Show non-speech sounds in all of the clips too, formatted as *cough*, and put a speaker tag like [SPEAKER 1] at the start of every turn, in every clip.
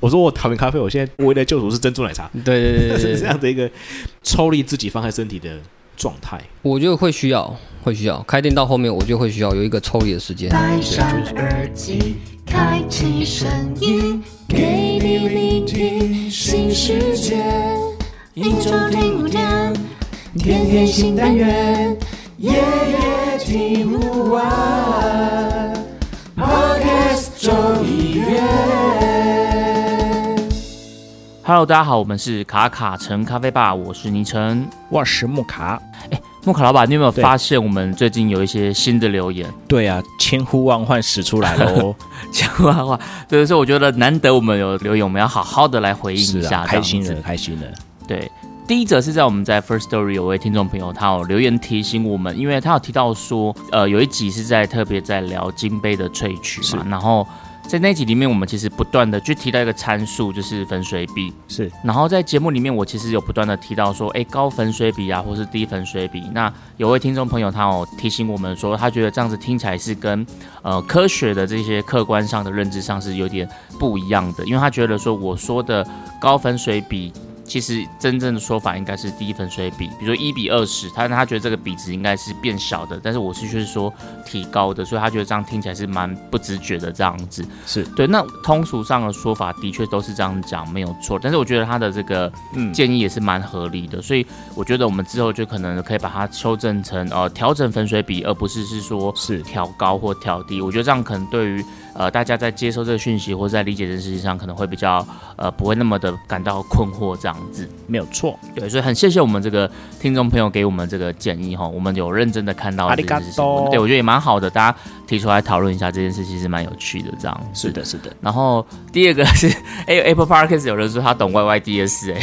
[SPEAKER 1] 我说我讨厌咖啡，我现在唯一的救赎是珍珠奶茶，
[SPEAKER 2] 对对
[SPEAKER 1] *laughs*
[SPEAKER 2] 对
[SPEAKER 1] 是
[SPEAKER 2] 对
[SPEAKER 1] 这
[SPEAKER 2] 对，
[SPEAKER 1] 样的一个抽离自己放开身体的状态。
[SPEAKER 2] *laughs* 我觉得会需要，会需要。开店到后面，我就会需要有一个抽离的时间。
[SPEAKER 3] 戴上耳机，开启声音，给你聆听新世界。一周听五天，天天新单元，夜夜听不完。Podcast 周一月。
[SPEAKER 4] Hello，大家好，我们是卡卡城咖啡吧，我是倪晨。
[SPEAKER 1] 哇，石木卡，
[SPEAKER 4] 木卡老板，你有没有
[SPEAKER 1] 对
[SPEAKER 4] 发现我们最近有一些新的留言？ *laughs*
[SPEAKER 1] 对啊，千呼万唤始出来了 *laughs* 哦，
[SPEAKER 4] 讲话话，对，所以我觉得难得我们有留言，我们要好好的来回应
[SPEAKER 1] 是
[SPEAKER 4] 一下，
[SPEAKER 1] 啊，开心
[SPEAKER 4] 这样
[SPEAKER 1] 了，
[SPEAKER 4] 子。
[SPEAKER 1] 开心了。
[SPEAKER 4] 对，第一则是在我们在 First Story 有位听众朋友，他有留言提醒我们，因为他有提到说，呃，有一集是在特别在聊金杯的萃取嘛，然后。在那一集里面，我们其实不断的去提到一个参数，就是粉水比。
[SPEAKER 1] 是
[SPEAKER 4] 然后在节目里面，我其实有不断的提到说，哎，高粉水比啊，或是低粉水比。那有位听众朋友他有提醒我们说，他觉得这样子听起来是跟呃科学的这些客观上的认知上是有点不一样的，因为他觉得说我说的高粉水比。其实真正的说法应该是低粉水比，比如说一比二十，他他觉得这个比值应该是变小的，但是我是就是说提高的，所以他觉得这样听起来是蛮不直觉的这样子。
[SPEAKER 1] 是，
[SPEAKER 4] 对，那通俗上的说法的确都是这样讲，没有错。但是我觉得他的这个
[SPEAKER 1] 嗯，
[SPEAKER 4] 建议也是蛮合理的，所以我觉得我们之后就可能可以把它修正成呃调整粉水比，而不是是说
[SPEAKER 1] 是
[SPEAKER 4] 调高或调低。我觉得这样可能对于呃大家在接收这个讯息或在理解这件事情上，可能会比较呃不会那么的感到困惑这样子。
[SPEAKER 1] 没有错。
[SPEAKER 4] 对，所以很谢谢我们这个听众朋友给我们这个建议哈，我们有认真的看到
[SPEAKER 1] 阿
[SPEAKER 4] 这
[SPEAKER 1] 里嘎
[SPEAKER 4] 件事情
[SPEAKER 1] 多，
[SPEAKER 4] 对我觉得也蛮好的，大家提出来讨论一下这件事情是蛮有趣的这样子。
[SPEAKER 1] 是的，是的，
[SPEAKER 4] 然后第二个是， *laughs* 哎、a p p l e Podcast 有人说他懂 YYDS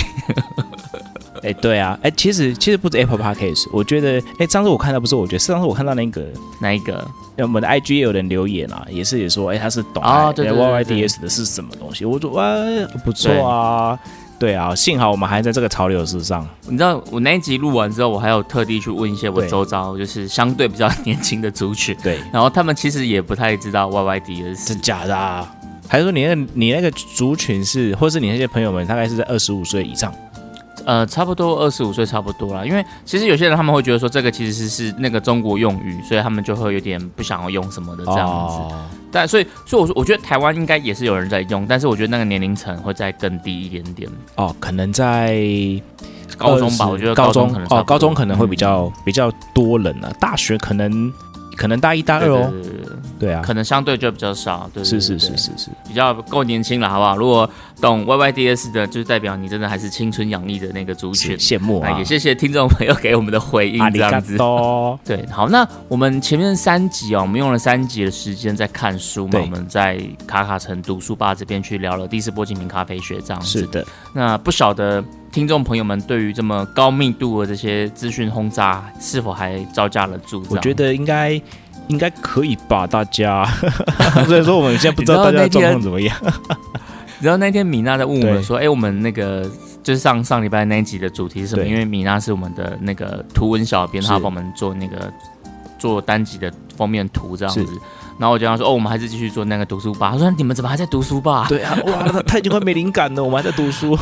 [SPEAKER 4] 哎、
[SPEAKER 1] 哎、对啊，哎、其实其实不止 Apple Podcast，我觉得，哎、上次我看到不是，我觉得上次我看到那个
[SPEAKER 4] 哪一个？
[SPEAKER 1] 我们的 IG 也有人留言啊，也是也说，哎、他是懂
[SPEAKER 4] 哦
[SPEAKER 1] 哎
[SPEAKER 4] 对对对对
[SPEAKER 1] YYDS 的是什么东西？我说哇，不错啊，对啊，幸好我们还在这个潮流之上。
[SPEAKER 4] 你知道我那一集录完之后，我还有特地去问一些我
[SPEAKER 1] 对
[SPEAKER 4] 周遭就是相对比较年轻的族群，
[SPEAKER 1] 对，
[SPEAKER 4] 然后他们其实也不太知道 YYDS
[SPEAKER 1] 真。假的、啊？还是说你那个你那个族群是，或是你那些朋友们大概是在二十五岁以上？
[SPEAKER 4] 呃，差不多二十五岁差不多啦，因为其实有些人他们会觉得说这个其实是那个中国用语，所以他们就会有点不想要用什么的这样子。
[SPEAKER 1] 哦
[SPEAKER 4] 但所以所以我说，我觉得台湾应该也是有人在用，但是我觉得那个年龄层会再更低一点点，
[SPEAKER 1] 哦，可能在
[SPEAKER 4] 高中吧，
[SPEAKER 1] 20
[SPEAKER 4] 我觉得
[SPEAKER 1] 呃高
[SPEAKER 4] 中可能差不多
[SPEAKER 1] 哦，高中可能会
[SPEAKER 4] 嗯
[SPEAKER 1] 比较、比较多人啊，大学可能可能大一大二哦，
[SPEAKER 4] 对对对对对
[SPEAKER 1] 对啊，
[SPEAKER 4] 可能相对就比较少，对，对
[SPEAKER 1] 是是
[SPEAKER 4] 对
[SPEAKER 1] 是
[SPEAKER 4] 对
[SPEAKER 1] 是是，
[SPEAKER 4] 比较够年轻了，好不好？如果懂 YYDS 的，就是代表你真的还是青春洋溢的那个族群
[SPEAKER 1] 是。羡慕
[SPEAKER 4] 那
[SPEAKER 1] 啊
[SPEAKER 4] 哎也，谢谢听众朋友给我们的回应
[SPEAKER 1] 阿，里
[SPEAKER 4] 这
[SPEAKER 1] 嘎
[SPEAKER 4] 样子。
[SPEAKER 1] 多，
[SPEAKER 4] 对，好，那我们前面三集哦，我们用了三集的时间在看书嘛，
[SPEAKER 1] 对
[SPEAKER 4] 我们在卡卡城读书吧这边去聊了第四波精品咖啡学这样子。
[SPEAKER 1] 是的，
[SPEAKER 4] 那不晓得听众朋友们对于这么高密度的这些资讯轰炸，是否还招架得住？
[SPEAKER 1] 我觉
[SPEAKER 4] 得。
[SPEAKER 1] 得应该。应该可以吧，大家。 *laughs* 所以说我们现在不知道大
[SPEAKER 4] 你知
[SPEAKER 1] 家的
[SPEAKER 4] 道那
[SPEAKER 1] 状
[SPEAKER 4] 天
[SPEAKER 1] 况怎么样。
[SPEAKER 4] 然后那天米娜在问我
[SPEAKER 1] 对
[SPEAKER 4] 们说：“哎、我们那个就是上上礼拜那一集的主题是什么？
[SPEAKER 1] 对
[SPEAKER 4] 因为米娜是我们的那个图文小编，
[SPEAKER 1] 是
[SPEAKER 4] 她帮我们做那个做单集的封面图这样
[SPEAKER 1] 是
[SPEAKER 4] 子。然后我就跟她说：‘哦，我们还是继续做那个读书吧。’她说：‘你们怎么还在读书吧？’
[SPEAKER 1] 对啊，哇，他他已经快没灵感了，我们还在读书。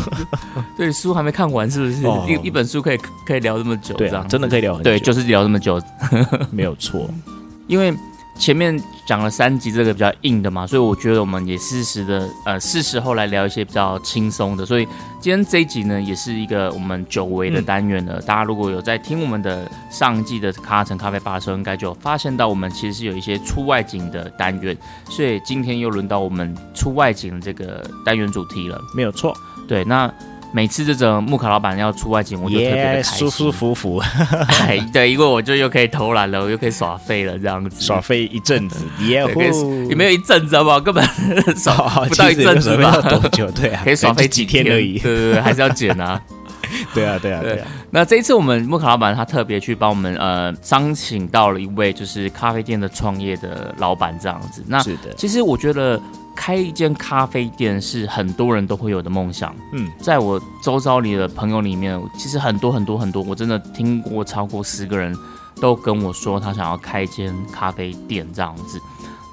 [SPEAKER 4] 对，书还没看完，是不是？
[SPEAKER 1] 哦
[SPEAKER 4] 一一本书可以可以聊这么久，
[SPEAKER 1] *laughs* 对
[SPEAKER 4] 这
[SPEAKER 1] 啊
[SPEAKER 4] 样，
[SPEAKER 1] 真的可
[SPEAKER 4] 以。
[SPEAKER 1] 以聊很久。
[SPEAKER 4] 对，就是聊这么久，
[SPEAKER 1] 没有错。
[SPEAKER 4] 因为前面讲了三集这个比较硬的嘛，所以我觉得我们也适时的呃是时候来聊一些比较轻松的。所以今天这一集呢，也是一个我们久违的单元了。大家如果有在听我们的上一季的卡城咖啡吧的时候，应该就有发现到我们其实是有一些出外景的单元，所以今天又轮到我们出外景这个单元主题了。
[SPEAKER 1] 没有错，
[SPEAKER 4] 对，那。每次这种木卡老板要出外景，我就特别的开
[SPEAKER 1] 耶，
[SPEAKER 4] 心
[SPEAKER 1] 舒舒服服
[SPEAKER 4] 哎对，因为我就又可以偷懒了，我又可以耍废了，这样子
[SPEAKER 1] 耍飞一阵子，耶
[SPEAKER 4] *laughs* 对，可以
[SPEAKER 1] 呼！
[SPEAKER 4] 也没有一阵子好不好？根本
[SPEAKER 1] *laughs* 哦
[SPEAKER 4] 少不到一
[SPEAKER 1] 其实也
[SPEAKER 4] 阵
[SPEAKER 1] 没
[SPEAKER 4] 子
[SPEAKER 1] 有
[SPEAKER 4] 吧， *laughs*
[SPEAKER 1] 多久？对啊，
[SPEAKER 4] 可以耍飞
[SPEAKER 1] 就几天而已。
[SPEAKER 4] 对对对，还是要减
[SPEAKER 1] *laughs*
[SPEAKER 4] 啊。
[SPEAKER 1] 对啊，对啊，对啊，
[SPEAKER 4] 那这一次我们木卡老板他特别去帮我们呃商请到了一位就是咖啡店的创业的老板这样子。那
[SPEAKER 1] 是的，
[SPEAKER 4] 其实我觉得开一间咖啡店是很多人都会有的梦想。
[SPEAKER 1] 嗯，
[SPEAKER 4] 在我周遭里的朋友里面，其实很多很多很多，我真的听过超过十个人都跟我说他想要开一间咖啡店这样子。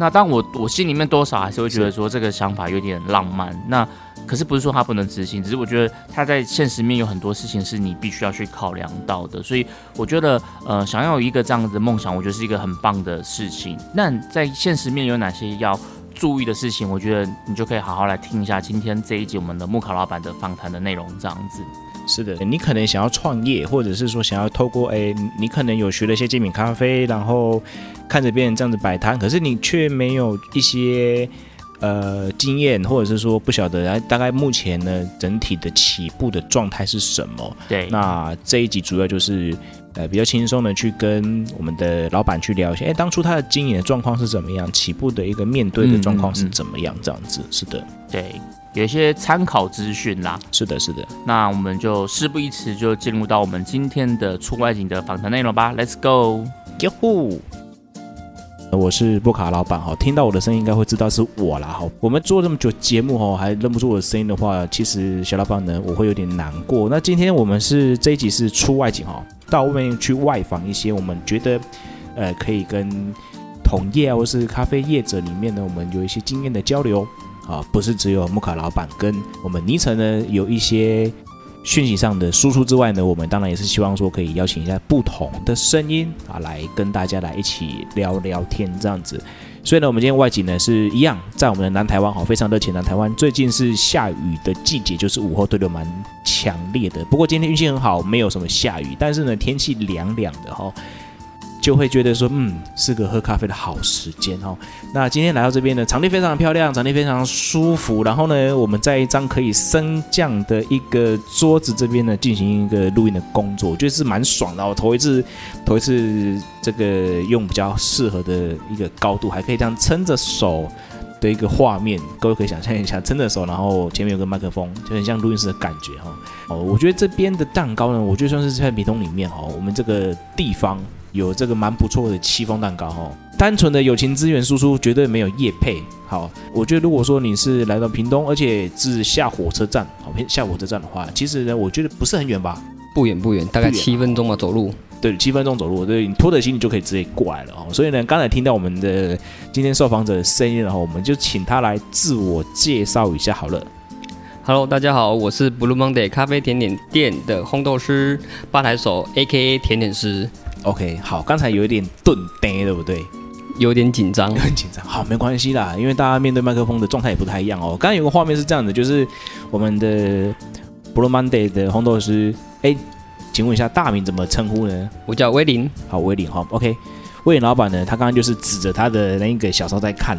[SPEAKER 4] 那但我我心里面多少还是会觉得说这个想法有点浪漫。那可是不是说他不能执行，只是我觉得他在现实面有很多事情是你必须要去考量到的，所以我觉得呃，想要有一个这样子的梦想，我觉得是一个很棒的事情。那在现实面有哪些要？注意的事情，我觉得你就可以好好来听一下今天这一集我们的木卡老板的访谈的内容，这样子。
[SPEAKER 1] 是的，你可能想要创业，或者是说想要透过哎，你可能有学了一些精品咖啡，然后看着别人这样子摆摊，可是你却没有一些呃经验，或者是说不晓得哎大概目前呢整体的起步的状态是什么。
[SPEAKER 4] 对，
[SPEAKER 1] 那这一集主要就是呃比较轻松的去跟我们的老板去聊一下，哎，当初他的经营的状况是怎么样，起步的一个面对的状况是怎么样，这样子。是的，
[SPEAKER 4] 对，有一些参考资讯啦。
[SPEAKER 1] 是的，是的。
[SPEAKER 4] 那我们就事不宜迟，就进入到我们今天的出外景的访谈内容吧。Let's go！
[SPEAKER 1] 哟呼！我是布卡老板哈，听到我的声音应该会知道是我啦哈。我们做这么久节目哈，还认不出我的声音的话，其实小老板呢，我会有点难过。那今天我们是这一集是出外景哈，到外面去外访一些我们觉得呃可以跟同业啊或是咖啡业者里面呢，我们有一些经验的交流啊，不是只有木卡老板跟我们尼城呢有一些讯息上的输出之外呢，我们当然也是希望说可以邀请一下不同的声音啊，来跟大家来一起聊聊天这样子。所以呢，我们今天外景呢是一样，在我们的南台湾哈，非常热情的南台湾。最近是下雨的季节，就是午后对流蛮强烈的。不过今天运气很好，没有什么下雨，但是呢天气凉凉的哈、就会觉得说，嗯，是个喝咖啡的好时间哦。那今天来到这边呢，场地非常漂亮，场地非常舒服。然后呢，我们在一张可以升降的一个桌子这边呢，进行一个录音的工作，我觉得是蛮爽的哦。我头一次，头一次这个用比较适合的一个高度，还可以这样撑着手。的一个画面，各位可以想象一下，撑着手，然后前面有个麦克风，就很像录音室的感觉哈、哦。哦，我觉得这边的蛋糕呢，我觉得算是在米桶里面哦，我们这个地方有这个蛮不错的戚风蛋糕哦。单纯的友情资源输出绝对没有业配。好，我觉得如果说你是来到屏东，而且是下火车站，好，下火车站的话，其实呢，我觉得不是很远吧。
[SPEAKER 2] 不远不远，大概七分钟吧，走路。
[SPEAKER 1] 对，七分钟走路，对你拖着行李就可以直接过来了哦。所以呢，刚才听到我们的今天受访者的声音，然后我们就请他来自我介绍一下好了。
[SPEAKER 2] Hello，大家好，我是 Blue Monday 咖啡甜点店的烘豆师、吧台手，A.K.A 甜点师，
[SPEAKER 1] OK，好，刚才有一点顿呆，对不对？
[SPEAKER 2] 有点紧 *laughs* 张
[SPEAKER 1] 有。点紧张， *laughs* 好，没关系啦，因为大家面对麦克风的状态也不太一样哦。刚刚有个画面是这样的，就是我们的 Blue Monday 的烘豆师，哎，请问一下大名怎么称呼呢？
[SPEAKER 2] 我叫威林，
[SPEAKER 1] 好，威廉哈，OK，威廉老板呢，他刚刚就是指着他的那个小抄在看，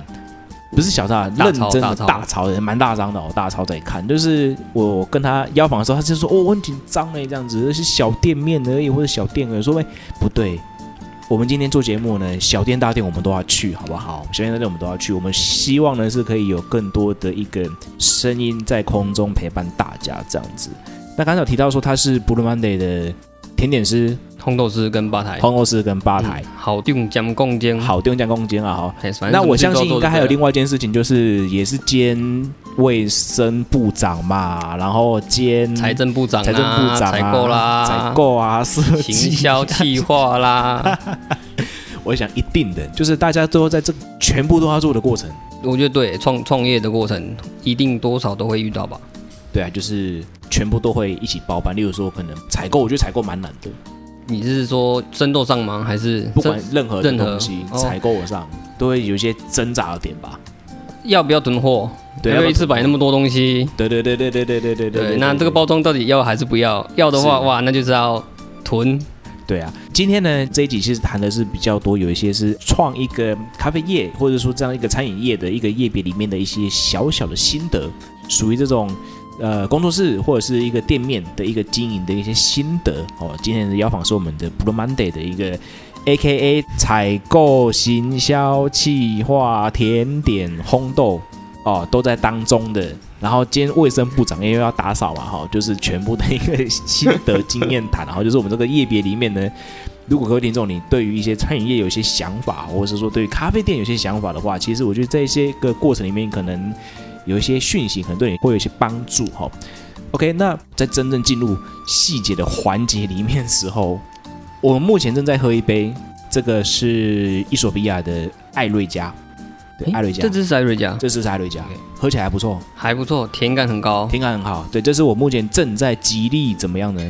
[SPEAKER 1] 不是小抄，啊，
[SPEAKER 2] 大
[SPEAKER 1] 认
[SPEAKER 2] 抄
[SPEAKER 1] 真的
[SPEAKER 2] 大抄
[SPEAKER 1] 大抄的，蛮大张的哦，大抄在看。就是我跟他邀访的时候，他就说哦，我很紧张嘞，这样子，是小店面而已，或者小店而已。说喂，不对。我们今天做节目呢，小店大店我们都要去，好不好？小店大店我们都要去。我们希望呢是可以有更多的一个声音在空中陪伴大家这样子。那刚才有提到说他是 Blue Monday 的甜点师、
[SPEAKER 2] 烘豆师跟吧台。
[SPEAKER 1] 烘豆师跟吧台。
[SPEAKER 2] 嗯好用讲共煎。
[SPEAKER 1] 好丢人家公斤啊哈。
[SPEAKER 2] 嘿，嗯反正
[SPEAKER 1] 那
[SPEAKER 2] 什么
[SPEAKER 1] 我
[SPEAKER 2] 事
[SPEAKER 1] 相
[SPEAKER 2] 都
[SPEAKER 1] 信
[SPEAKER 2] 做
[SPEAKER 1] 应
[SPEAKER 2] 就
[SPEAKER 1] 该还有
[SPEAKER 2] 对了
[SPEAKER 1] 另外一件事情，就是也是兼卫生部长嘛，然后兼
[SPEAKER 2] 财政部长、啊、
[SPEAKER 1] 财政部长啊、
[SPEAKER 2] 采购啦、
[SPEAKER 1] 采、购啊、设计、
[SPEAKER 2] 行 *laughs* 销企划啦。
[SPEAKER 1] 我想一定的，就是大家都在这全部都要做的过程。
[SPEAKER 2] 我觉得对创创业的过程，一定多少都会遇到吧。
[SPEAKER 1] 对啊，就是全部都会一起包办。例如说，可能采购，我觉得采购蛮难的，
[SPEAKER 2] 你是说生豆上吗？还是
[SPEAKER 1] 不管
[SPEAKER 2] 这
[SPEAKER 1] 任何的
[SPEAKER 2] 任何
[SPEAKER 1] 东西，
[SPEAKER 2] 哦
[SPEAKER 1] 采购上都会有一些挣扎的点吧。
[SPEAKER 2] 要不要囤货？
[SPEAKER 1] 对，
[SPEAKER 2] 要不要
[SPEAKER 1] 要
[SPEAKER 2] 一次买那么多东西？
[SPEAKER 1] 对对对对对对对对
[SPEAKER 2] 对，那这个包装到底要还是不要？要的话，
[SPEAKER 1] 是
[SPEAKER 2] 哇，那就是要囤。
[SPEAKER 1] 对啊，今天呢这一集其实谈的是比较多，有一些是创一个咖啡业，或者说这样一个餐饮业的一个业别里面的一些小小的心得，属于这种呃工作室或者是一个店面的一个经营的一些心得哦。今天的邀访是我们的 Blue Monday 的一个 A K A 采购、行销、企划、甜点、烘豆哦，都在当中的。然后今天卫生部长因为要打扫嘛，哈、就是全部的一个心得经验谈， *laughs* 然后就是我们这个业别里面呢，如果各位听众你对于一些餐饮业有一些想法，或者是说对于咖啡店有些想法的话，其实我觉得在一些个过程里面，可能有一些讯息，可能对你会有一些帮助，哈、OK，那在真正进入细节的环节里面的时候，我们目前正在喝一杯，这个是伊索比亚的艾瑞加。对，艾瑞加
[SPEAKER 2] 这，只是艾瑞加，
[SPEAKER 1] 这支是艾瑞加
[SPEAKER 2] OK，
[SPEAKER 1] 喝起来还不错，
[SPEAKER 2] 还不错，甜感很高。
[SPEAKER 1] 听感很好。对，这是我目前正在极力怎么样呢？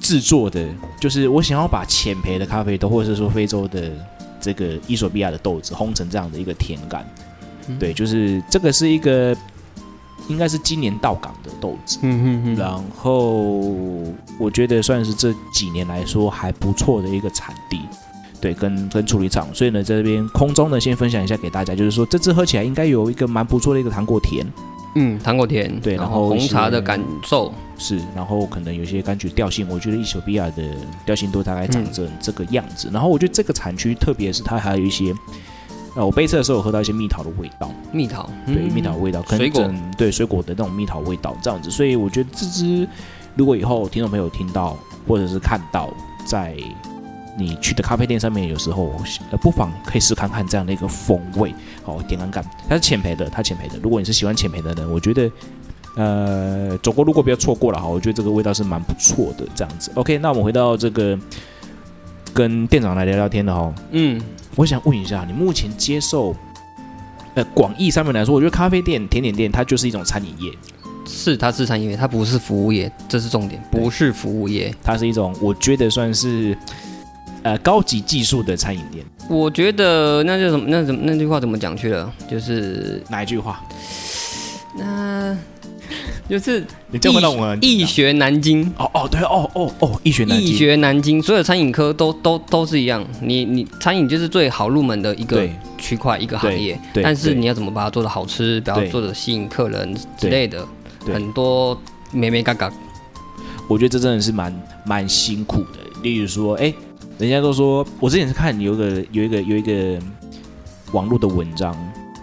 [SPEAKER 1] 制作的，就是我想要把浅焙的咖啡豆，或者是说非洲的这个伊索比亚的豆子烘成这样的一个甜感。
[SPEAKER 2] 嗯
[SPEAKER 1] 对，就是这个是一个应该是今年到港的豆子。
[SPEAKER 2] 嗯
[SPEAKER 1] 然后我觉得算是这几年来说还不错的一个产地，对，跟跟处理厂，所以呢，在这边空中呢先分享一下给大家，就是说这支喝起来应该有一个蛮不错的一个糖果甜，
[SPEAKER 2] 嗯，糖果甜，
[SPEAKER 1] 对
[SPEAKER 2] 然
[SPEAKER 1] 然后
[SPEAKER 2] 红
[SPEAKER 1] 一些
[SPEAKER 2] 茶的感受，
[SPEAKER 1] 是，然后可能有些柑橘调性，我觉得伊索比亚的调性都大概长成这个样子，然后我觉得这个产区，特别是它还有一些。呃，我杯测的时候有喝到一些蜜桃的味道，
[SPEAKER 2] 蜜桃，
[SPEAKER 1] 对，
[SPEAKER 2] 嗯
[SPEAKER 1] 蜜桃味道，可能
[SPEAKER 2] 水果
[SPEAKER 1] 整对水果的那种蜜桃味道这样子，所以我觉得这支如果以后听众朋友听到或者是看到，在你去的咖啡店上面，有时候呃不妨可以试看看这样的一个风味，哦，点看看，它是浅焙的，它浅焙的，如果你是喜欢浅焙的人，我觉得。呃，走过路过不要错过了哈，我觉得这个味道是蛮不错的，这样子。OK，那我们回到这个跟店长来聊聊天的哈。哦
[SPEAKER 2] 嗯，
[SPEAKER 1] 我想问一下，你目前接受，呃，广义上面来说，我觉得咖啡店、甜点店它就是一种餐饮业，
[SPEAKER 2] 是它是产业，它不是服务业，这是重点，不是服务业。
[SPEAKER 1] 它是一种我觉得算是，呃，高级技术的餐饮店。
[SPEAKER 2] 我觉得那就怎么那怎么那句话怎么讲去了？就是
[SPEAKER 1] 哪一句话？
[SPEAKER 2] 那， *laughs* 就是
[SPEAKER 1] 你这样会让我很紧
[SPEAKER 2] 易
[SPEAKER 1] 张
[SPEAKER 2] 学难精。
[SPEAKER 1] 哦哦对哦哦哦易学难
[SPEAKER 2] 易
[SPEAKER 1] 精
[SPEAKER 2] 学难精，所有餐饮科都都都是一样。你你餐饮就是最好入门的一个
[SPEAKER 1] 对
[SPEAKER 2] 区块，一个行业。
[SPEAKER 1] 对
[SPEAKER 2] 但是
[SPEAKER 1] 对
[SPEAKER 2] 你要怎么把它做的好吃，不要
[SPEAKER 1] 对
[SPEAKER 2] 做的吸引客人之
[SPEAKER 1] 对
[SPEAKER 2] 类的，
[SPEAKER 1] 对
[SPEAKER 2] 很多美美嘎嘎。
[SPEAKER 1] 我觉得这真的是蛮蛮辛苦的。例如说，哎，人家都说，我之前是看有一个有一个有一个网络的文章，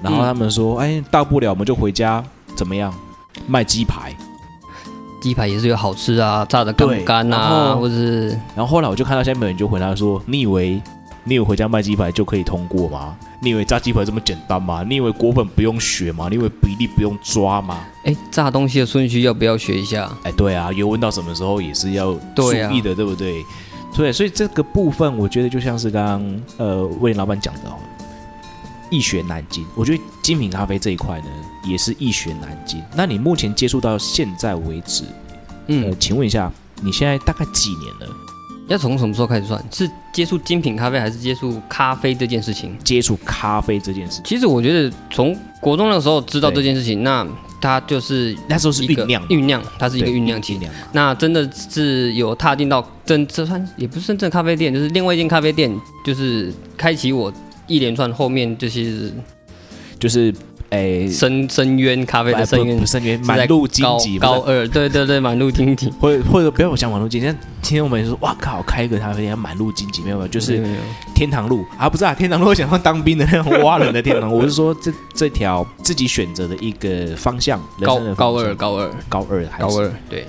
[SPEAKER 1] 然
[SPEAKER 2] 嗯
[SPEAKER 1] 后他们说，哎、大不了我们就回家怎么样卖鸡排。
[SPEAKER 2] 鸡排也是有好吃啊，炸的干不干
[SPEAKER 1] 对然
[SPEAKER 2] 啊，
[SPEAKER 1] 后
[SPEAKER 2] 或者是
[SPEAKER 1] 然后后来我就看到下面有人就回答说：“你以为你以为回家卖鸡排就可以通过吗？你以为炸鸡排这么简单吗？你以为果粉不用学吗？你以为比例不用抓吗
[SPEAKER 2] 哎，炸东西的顺序要不要学一下？？”
[SPEAKER 1] 哎，对啊，油温到什么时候也是要注
[SPEAKER 2] 对啊
[SPEAKER 1] 意的，对不对？对，所以这个部分我觉得就像是刚刚呃魏老板讲的哦，一学难精。我觉得精品咖啡这一块呢，也是一学难精。那你目前接触到现在为止，呃
[SPEAKER 2] 嗯，，
[SPEAKER 1] 请问一下，你现在大概几年了？
[SPEAKER 2] 要从什么时候开始算？是接触精品咖啡，还是接触咖啡这件事情？
[SPEAKER 1] 接触咖啡这件事情，
[SPEAKER 2] 其实我觉得从国中的时候知道
[SPEAKER 1] 对
[SPEAKER 2] 这件事情，那它就是
[SPEAKER 1] 那时候是
[SPEAKER 2] 一个
[SPEAKER 1] 酝酿吗，
[SPEAKER 2] 酝酿，它是一个
[SPEAKER 1] 对
[SPEAKER 2] 酝酿期
[SPEAKER 1] 酝。酿嘛。
[SPEAKER 2] 那真的是有踏进到真这算也不是真正咖啡店，就是另外一间咖啡店，就是开启我一连串后面这些
[SPEAKER 1] 就是诶，
[SPEAKER 2] 深深渊咖啡
[SPEAKER 1] 哎
[SPEAKER 2] 的
[SPEAKER 1] 不
[SPEAKER 2] 深渊
[SPEAKER 1] 不。深渊，
[SPEAKER 2] 是在
[SPEAKER 1] 满路荆
[SPEAKER 2] 高
[SPEAKER 1] 棘，
[SPEAKER 2] 高
[SPEAKER 1] 不是
[SPEAKER 2] 二，对对对，满路荆棘。
[SPEAKER 1] 或者或者不要想满路荆棘，像今天我们也说，哇靠，开一个咖啡店满路荆棘，没有没有，就是
[SPEAKER 2] 没有没有
[SPEAKER 1] 天堂路啊，不是啊，天堂路我想要当兵的那种挖人的天堂路，我是说这 *laughs* 这条自己选择的一个方向，人生
[SPEAKER 2] 高
[SPEAKER 1] 的
[SPEAKER 2] 高
[SPEAKER 1] 方
[SPEAKER 2] 二
[SPEAKER 1] 向
[SPEAKER 2] 高二
[SPEAKER 1] 高二还
[SPEAKER 2] 高
[SPEAKER 1] 是
[SPEAKER 2] 二，对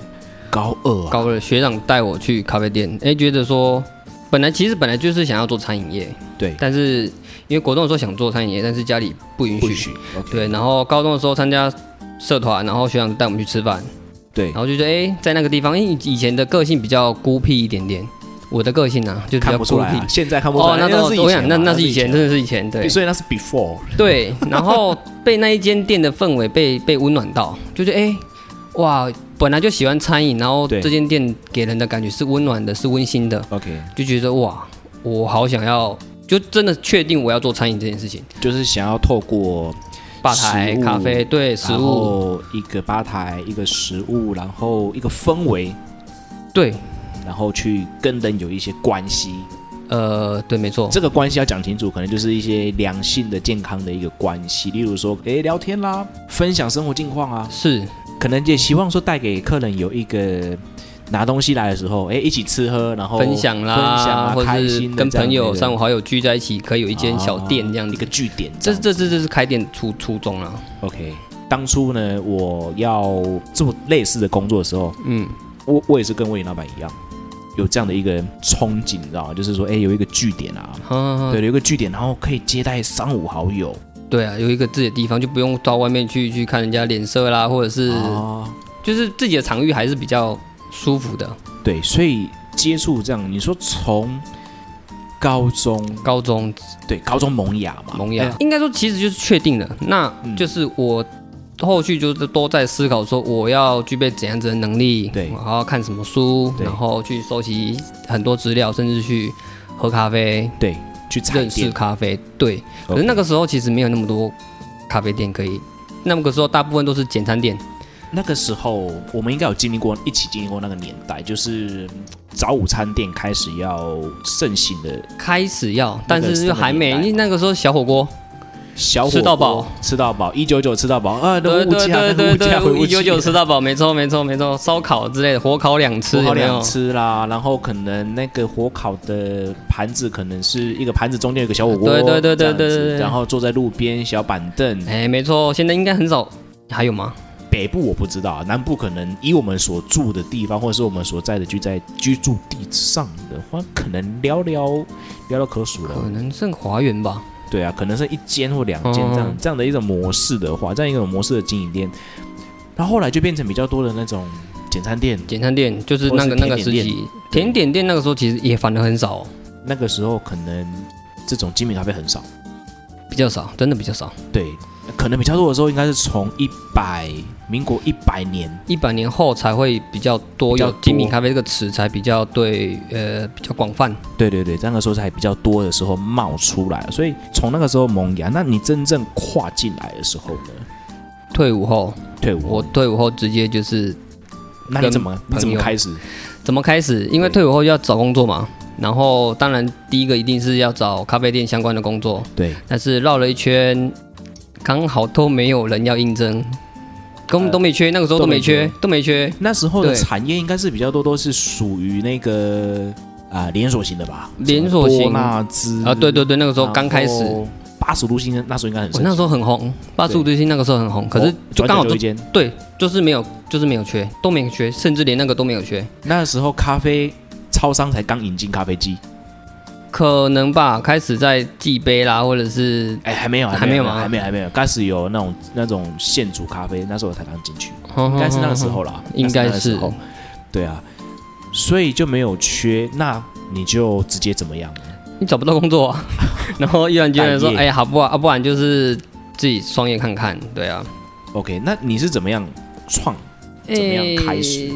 [SPEAKER 1] 高二啊，
[SPEAKER 2] 高二学长带我去咖啡店，哎，觉得说本来其实本来就是想要做餐饮业，
[SPEAKER 1] 对，
[SPEAKER 2] 但是因为国中的时候想做餐饮业，但是家里不允
[SPEAKER 1] 不
[SPEAKER 2] 许。
[SPEAKER 1] 许，OK，
[SPEAKER 2] 对，然后高中的时候参加社团，然后学长带我们去吃饭，
[SPEAKER 1] 对
[SPEAKER 2] 然，后就觉得哎、诶在那个地方，因为以前的个性比较孤僻一点点，我的个性啊就比
[SPEAKER 1] 看
[SPEAKER 2] 较
[SPEAKER 1] 不出
[SPEAKER 2] 孤
[SPEAKER 1] 来
[SPEAKER 2] 僻哦
[SPEAKER 1] 啊，。现在看不出来，
[SPEAKER 2] 那
[SPEAKER 1] 因为
[SPEAKER 2] 都
[SPEAKER 1] 是
[SPEAKER 2] 我
[SPEAKER 1] 以
[SPEAKER 2] 想
[SPEAKER 1] 前
[SPEAKER 2] 那
[SPEAKER 1] 嘛，
[SPEAKER 2] 那是
[SPEAKER 1] 以
[SPEAKER 2] 以前，真的是以前，对
[SPEAKER 1] 所以那是 before，
[SPEAKER 2] 对。然后被那一间店的氛围被被温暖到，就觉得哎、诶哇，本来就喜欢餐饮，然后
[SPEAKER 1] 对
[SPEAKER 2] 这间店给人的感觉是温暖的，是温馨的，
[SPEAKER 1] OK，
[SPEAKER 2] 就觉得哇，我好想要，就真的确定我要做餐饮这件事情，
[SPEAKER 1] 就是想要透过
[SPEAKER 2] 吧台
[SPEAKER 1] 食物
[SPEAKER 2] 咖啡对食
[SPEAKER 1] 然
[SPEAKER 2] 物
[SPEAKER 1] 后一个吧台，一个食物，然后一个氛围，
[SPEAKER 2] 对。
[SPEAKER 1] 然后去跟人有一些关系。
[SPEAKER 2] 呃，对，没错，
[SPEAKER 1] 这个关系要讲清楚，可能就是一些良性的、健康的一个关系，例如说，诶，聊天啦，分享生活近况啊，
[SPEAKER 2] 是
[SPEAKER 1] 可能也希望说带给客人有一个。拿东西来的时候，诶，一起吃喝，然后
[SPEAKER 2] 分享啦，
[SPEAKER 1] 哦分享啊，
[SPEAKER 2] 或
[SPEAKER 1] 开
[SPEAKER 2] 者是
[SPEAKER 1] 心的
[SPEAKER 2] 跟
[SPEAKER 1] 这样
[SPEAKER 2] 朋友、
[SPEAKER 1] 子的啊
[SPEAKER 2] 三五好友聚在一起，可以有一间小店这样
[SPEAKER 1] 一
[SPEAKER 2] 子
[SPEAKER 1] 个。据点样子。
[SPEAKER 2] 这这这这是开店初初衷啊了。
[SPEAKER 1] OK。当初呢，我要做类似的工作的时候，
[SPEAKER 2] 嗯，
[SPEAKER 1] 我我也是跟魏颖老板一样，有这样的一个憧憬，你知道吗？就是说，哎，有一个据点啊，
[SPEAKER 2] 啊，
[SPEAKER 1] 对，有一个据点，然后可以接待三五好友
[SPEAKER 2] 对啊，有一个自己的地方，就不用到外面去去看人家脸色啦，或者是
[SPEAKER 1] 啊，
[SPEAKER 2] 就是自己的场域还是比较舒服的。
[SPEAKER 1] 对，所以接触这样，你说从高中，
[SPEAKER 2] 高中
[SPEAKER 1] 对，高中萌芽嘛，
[SPEAKER 2] 萌芽
[SPEAKER 1] 哎，
[SPEAKER 2] 应该说其实就是确定的。那
[SPEAKER 1] 嗯
[SPEAKER 2] 就是我后续就是都在思考说我要具备怎样子的能力，
[SPEAKER 1] 对
[SPEAKER 2] 然后看什么书，
[SPEAKER 1] 对
[SPEAKER 2] 然后去收集很多资料，甚至去喝咖啡，
[SPEAKER 1] 对，去踩
[SPEAKER 2] 认识
[SPEAKER 1] 点。
[SPEAKER 2] 咖啡。对，可
[SPEAKER 1] OK
[SPEAKER 2] 是那个时候其实没有那么多咖啡店可以，那个时候大部分都是简餐店。
[SPEAKER 1] 那个时候，我们应该有经历过，一起经历过那个年代，就是嗯早午餐店开始要盛行的
[SPEAKER 2] 开始要，
[SPEAKER 1] 那个
[SPEAKER 2] 但是
[SPEAKER 1] 是
[SPEAKER 2] 就还没，
[SPEAKER 1] 那个
[SPEAKER 2] 因
[SPEAKER 1] 年代
[SPEAKER 2] 为那个时候小火锅，
[SPEAKER 1] 小火
[SPEAKER 2] 吃到
[SPEAKER 1] 锅
[SPEAKER 2] 饱，
[SPEAKER 1] 吃到饱，一九九吃到饱啊，那
[SPEAKER 2] 对
[SPEAKER 1] 物
[SPEAKER 2] 对
[SPEAKER 1] 价，
[SPEAKER 2] 对
[SPEAKER 1] 那
[SPEAKER 2] 对
[SPEAKER 1] 物价回
[SPEAKER 2] 对，
[SPEAKER 1] 物
[SPEAKER 2] 一九
[SPEAKER 1] 价
[SPEAKER 2] 九吃到饱，没错没错没错，烧烤之类的，火烤两吃
[SPEAKER 1] 火烤
[SPEAKER 2] 有没有
[SPEAKER 1] 两？吃啦，然后可能那个火烤的盘子可能是一个盘子中间有个小火锅，
[SPEAKER 2] 对对对对
[SPEAKER 1] 这样子
[SPEAKER 2] 对对对
[SPEAKER 1] 然后坐在路边小板凳，
[SPEAKER 2] 哎，没错，现在应该很少，还有吗？
[SPEAKER 1] 北部我不知道，南部可能以我们所住的地方，或者是我们所在的居在居住地上的话，可能寥寥寥寥可数
[SPEAKER 2] 可
[SPEAKER 1] 了。
[SPEAKER 2] 能剩华园吧。
[SPEAKER 1] 对啊，可能是一间或两间这样、
[SPEAKER 2] 嗯
[SPEAKER 1] 这样的一种模式的话，这样一种模式的经营店，然后后来就变成比较多的那种简餐店。
[SPEAKER 2] 简餐店就是那个
[SPEAKER 1] 或是
[SPEAKER 2] 那个时
[SPEAKER 1] 甜点
[SPEAKER 2] 期，甜点店那个时候其实也反而很少哦，
[SPEAKER 1] 那个时候可能这种精品咖啡很少，
[SPEAKER 2] 比较少，真的比较少。
[SPEAKER 1] 对，可能比较多的时候应该是从一百民国一百年
[SPEAKER 2] 一百年后才会比较多
[SPEAKER 1] 比较
[SPEAKER 2] 有
[SPEAKER 1] 多
[SPEAKER 2] 精品咖啡这个词才比较对，呃，比较广泛。
[SPEAKER 1] 对对对，那个时候才比较多的时候冒出来，所以从那个时候萌芽。那你真正跨进来的时候呢？
[SPEAKER 2] 退伍后，
[SPEAKER 1] 退伍，
[SPEAKER 2] 我退伍后直接就是
[SPEAKER 1] 那你怎么
[SPEAKER 2] 跟
[SPEAKER 1] 你怎么
[SPEAKER 2] 朋友
[SPEAKER 1] 开始？
[SPEAKER 2] 怎么开始？因为
[SPEAKER 1] 对
[SPEAKER 2] 退伍后要找工作嘛，然后当然第一个一定是要找咖啡店相关的工作，
[SPEAKER 1] 对，
[SPEAKER 2] 但是绕了一圈，刚好都没有人要应征，根本都没缺，那个时候都没缺，都没缺。
[SPEAKER 1] 那时候的
[SPEAKER 2] 对
[SPEAKER 1] 产业应该是比较多，都是属于那个啊、连锁型的吧？
[SPEAKER 2] 连锁型
[SPEAKER 1] 什么多纳兹
[SPEAKER 2] 啊，对对对，那个时候刚开始，
[SPEAKER 1] 哦
[SPEAKER 2] 我、，
[SPEAKER 1] 八十度新那时候应该很盛行，
[SPEAKER 2] 那时候很红，八十五度星那个时候很红，可是
[SPEAKER 1] 哦
[SPEAKER 2] 就
[SPEAKER 1] 转角
[SPEAKER 2] 刚好
[SPEAKER 1] 有
[SPEAKER 2] 就
[SPEAKER 1] 一间。
[SPEAKER 2] 对，就是没有，就是没有缺，都没有缺，甚至连那个都没有缺，
[SPEAKER 1] 那时候咖啡超商才刚引进咖啡机，
[SPEAKER 2] 可能吧，开始在寄杯啦，或者是
[SPEAKER 1] 哎，还没有，
[SPEAKER 2] 还没有吗
[SPEAKER 1] 还没有，还没有，开始有那种那种现煮咖啡，那时候我才刚进去。应
[SPEAKER 2] 应
[SPEAKER 1] 该是那个时候啦，
[SPEAKER 2] 哦应该是
[SPEAKER 1] 那时候对啊，所以就没有缺，那你就直接怎么样？
[SPEAKER 2] *laughs* 你找不到工
[SPEAKER 1] *laughs*
[SPEAKER 2] 作、啊，然后毅然决然地说
[SPEAKER 1] 待，业
[SPEAKER 2] 哎、好不好？啊，不然就是自己创业看看，对啊，
[SPEAKER 1] OK，那你是怎么样创？怎么样开始
[SPEAKER 2] 哎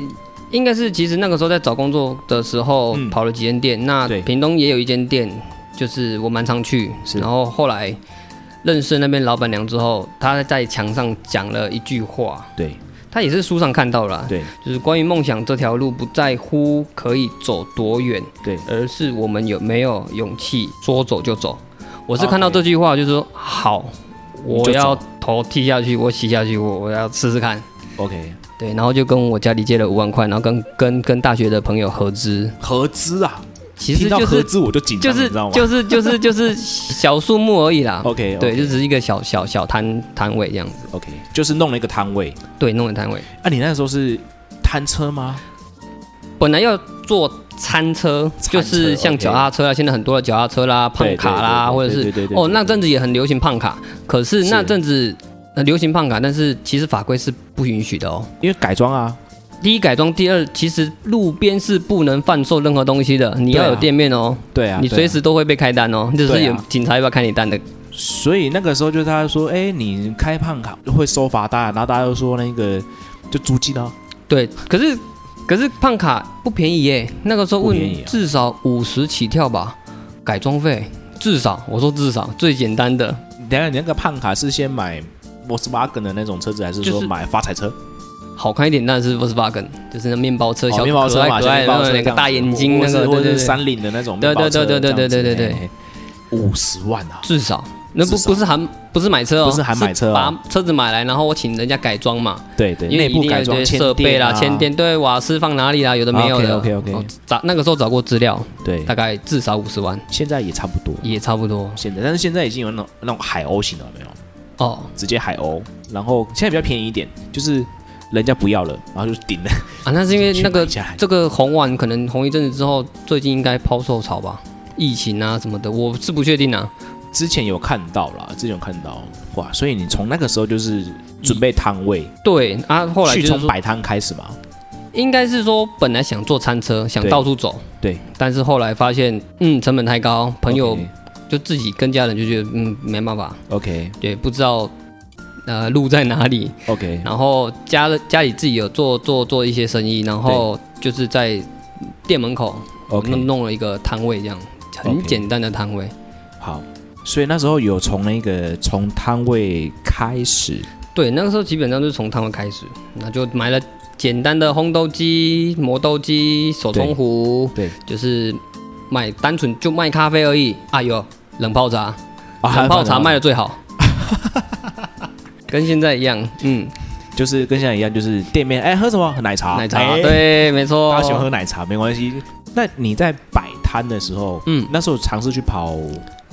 [SPEAKER 2] 应该是其实那个时候在找工作的时候、
[SPEAKER 1] 嗯
[SPEAKER 2] 跑了几间店，那
[SPEAKER 1] 对
[SPEAKER 2] 屏东也有一间店，就是我蛮常去，
[SPEAKER 1] 是
[SPEAKER 2] 然后后来认识那边老板娘之后，她在墙上讲了一句话，
[SPEAKER 1] 对
[SPEAKER 2] 她也是书上看到了啦，
[SPEAKER 1] 对
[SPEAKER 2] 就是关于梦想这条路，不在乎可以走多远，
[SPEAKER 1] 对，
[SPEAKER 2] 而是我们有没有勇气说走就走。我是看到
[SPEAKER 1] OK
[SPEAKER 2] 这句话，就是说好，
[SPEAKER 1] 你
[SPEAKER 2] 我
[SPEAKER 1] 就走
[SPEAKER 2] 要头踢下去，我洗下去，我我要试试看。
[SPEAKER 1] ，OK，
[SPEAKER 2] 对，然后就跟我家里借了五万块，然后跟跟跟大学的朋友合资，
[SPEAKER 1] 合资啊，
[SPEAKER 2] 其实
[SPEAKER 1] 听到
[SPEAKER 2] 就
[SPEAKER 1] 合
[SPEAKER 2] 是
[SPEAKER 1] 资我就紧
[SPEAKER 2] 就
[SPEAKER 1] 张，你
[SPEAKER 2] 是
[SPEAKER 1] 知道吗哦
[SPEAKER 2] 就是就是就是小数目而已
[SPEAKER 1] *laughs*
[SPEAKER 2] 啦。
[SPEAKER 1] ？OK，
[SPEAKER 2] 对，就只是一个小小小摊摊位这样子，
[SPEAKER 1] OK，就是弄了一个摊位。
[SPEAKER 2] 对，弄个摊位。
[SPEAKER 1] 啊，你那时候是摊车吗？
[SPEAKER 2] 本来要做餐车，
[SPEAKER 1] 餐车
[SPEAKER 2] 就是像脚踏车啊，现在很多的脚踏车啦、胖卡啦，或
[SPEAKER 1] 对
[SPEAKER 2] 者
[SPEAKER 1] 对对
[SPEAKER 2] 是
[SPEAKER 1] 对对对对
[SPEAKER 2] 哦，那阵子也很流行胖卡，可是
[SPEAKER 1] 是
[SPEAKER 2] 那阵子呃流行胖卡，但是其实法规是不允许的哦。
[SPEAKER 1] 因为改装啊，
[SPEAKER 2] 第一改装，第二其实路边是不能贩售任何东西的，你
[SPEAKER 1] 对啊
[SPEAKER 2] 要有店面哦，
[SPEAKER 1] 对啊，
[SPEAKER 2] 你
[SPEAKER 1] 对
[SPEAKER 2] 随
[SPEAKER 1] 啊
[SPEAKER 2] 时都会被开单哦，就是有
[SPEAKER 1] 对啊
[SPEAKER 2] 警察要开你单的。
[SPEAKER 1] 所以那个时候就是他说，哎，你开胖卡会收罚单啊，然后大家就说那个就租金啊，
[SPEAKER 2] 对，可是可是胖卡不便宜耶，那个时候
[SPEAKER 1] 不
[SPEAKER 2] 问
[SPEAKER 1] 便宜啊
[SPEAKER 2] 至少五十起跳吧，改装费至少，我说至少最简单的。
[SPEAKER 1] 等一下，你那个胖卡是先买 Volkswagen 的那种车子，还是
[SPEAKER 2] 就
[SPEAKER 1] 说
[SPEAKER 2] 是
[SPEAKER 1] 买发财车？
[SPEAKER 2] 好看一点，那是 Volkswagen，就是那面包车，呃小
[SPEAKER 1] 哦面包车
[SPEAKER 2] 可
[SPEAKER 1] 嘛，
[SPEAKER 2] 爱可爱
[SPEAKER 1] 面包车
[SPEAKER 2] 的那
[SPEAKER 1] 这
[SPEAKER 2] 个
[SPEAKER 1] 样
[SPEAKER 2] 大眼睛
[SPEAKER 1] 或
[SPEAKER 2] 那
[SPEAKER 1] 是
[SPEAKER 2] 个，
[SPEAKER 1] 或
[SPEAKER 2] 对对
[SPEAKER 1] 者是
[SPEAKER 2] 对，
[SPEAKER 1] 三菱的那种
[SPEAKER 2] 对
[SPEAKER 1] 面包
[SPEAKER 2] 对
[SPEAKER 1] 车
[SPEAKER 2] 对对
[SPEAKER 1] 这样子哎
[SPEAKER 2] 对对对，
[SPEAKER 1] 五十万啊！
[SPEAKER 2] 至少那不
[SPEAKER 1] 至少
[SPEAKER 2] 不是含不是买车哦，
[SPEAKER 1] 不是含买车哦
[SPEAKER 2] 把车子买来，然后我请人家改装嘛，
[SPEAKER 1] 对对，
[SPEAKER 2] 因为
[SPEAKER 1] 内
[SPEAKER 2] 一
[SPEAKER 1] 部
[SPEAKER 2] 定要
[SPEAKER 1] 改
[SPEAKER 2] 有
[SPEAKER 1] 装
[SPEAKER 2] 些
[SPEAKER 1] 铅
[SPEAKER 2] 设备
[SPEAKER 1] 电
[SPEAKER 2] 啦、
[SPEAKER 1] 啊
[SPEAKER 2] 铅电，对，瓦斯放哪里啦，有的没有的。
[SPEAKER 1] OK，OK，OK
[SPEAKER 2] 哦找那个时候找过资料，
[SPEAKER 1] 对
[SPEAKER 2] 大，概至少五十万，
[SPEAKER 1] 现在也差不多。
[SPEAKER 2] 也差不多
[SPEAKER 1] 现在，但是现在已经有那种那种海鸥型的了没有？
[SPEAKER 2] 哦。
[SPEAKER 1] 直接海鸥，然后现在比较便宜一点，就是人家不要了，然后就顶了。 *laughs*
[SPEAKER 2] 啊，那是因为那个
[SPEAKER 1] 去买下来
[SPEAKER 2] 这个红丸可能红一阵子之后，最近应该抛售潮吧，疫情啊什么的，我是不确定啊。
[SPEAKER 1] 之前有看到啦，之前有看到哇，所以你从那个时候就是准备摊位，
[SPEAKER 2] 对啊，后来
[SPEAKER 1] 去
[SPEAKER 2] 就是
[SPEAKER 1] 从
[SPEAKER 2] 说
[SPEAKER 1] 摆摊开始嘛。
[SPEAKER 2] 应该是说本来想做餐车，想
[SPEAKER 1] 对
[SPEAKER 2] 到处走，
[SPEAKER 1] 对，
[SPEAKER 2] 但是后来发现，嗯，成本太高，朋友就自己跟家人就觉得，嗯，没办法，
[SPEAKER 1] OK
[SPEAKER 2] 对，不知道呃路在哪里，
[SPEAKER 1] OK，
[SPEAKER 2] 然后家了家里自己有做做做一些生意，然后就是在店门口
[SPEAKER 1] OK
[SPEAKER 2] 弄弄了一个摊位，这样很
[SPEAKER 1] OK
[SPEAKER 2] 简单的摊位。
[SPEAKER 1] 好，所以那时候有从那个从摊位开始，
[SPEAKER 2] 对，那个时候基本上就是从摊位开始，那就买了简单的烘豆机、磨豆机、手冲壶，
[SPEAKER 1] 对
[SPEAKER 2] 就是卖单纯就卖咖啡而已。啊，有冷泡茶，
[SPEAKER 1] 啊
[SPEAKER 2] 冷泡茶卖的
[SPEAKER 1] *laughs*
[SPEAKER 2] 最好，跟现在一样，嗯，
[SPEAKER 1] 就是跟现在一样，就是店面哎喝什么奶茶，
[SPEAKER 2] 奶茶，
[SPEAKER 1] 哎，
[SPEAKER 2] 对，没错，
[SPEAKER 1] 大家喜欢喝奶茶没关系。那你在摆摊的时候，
[SPEAKER 2] 嗯
[SPEAKER 1] 那时候尝试去跑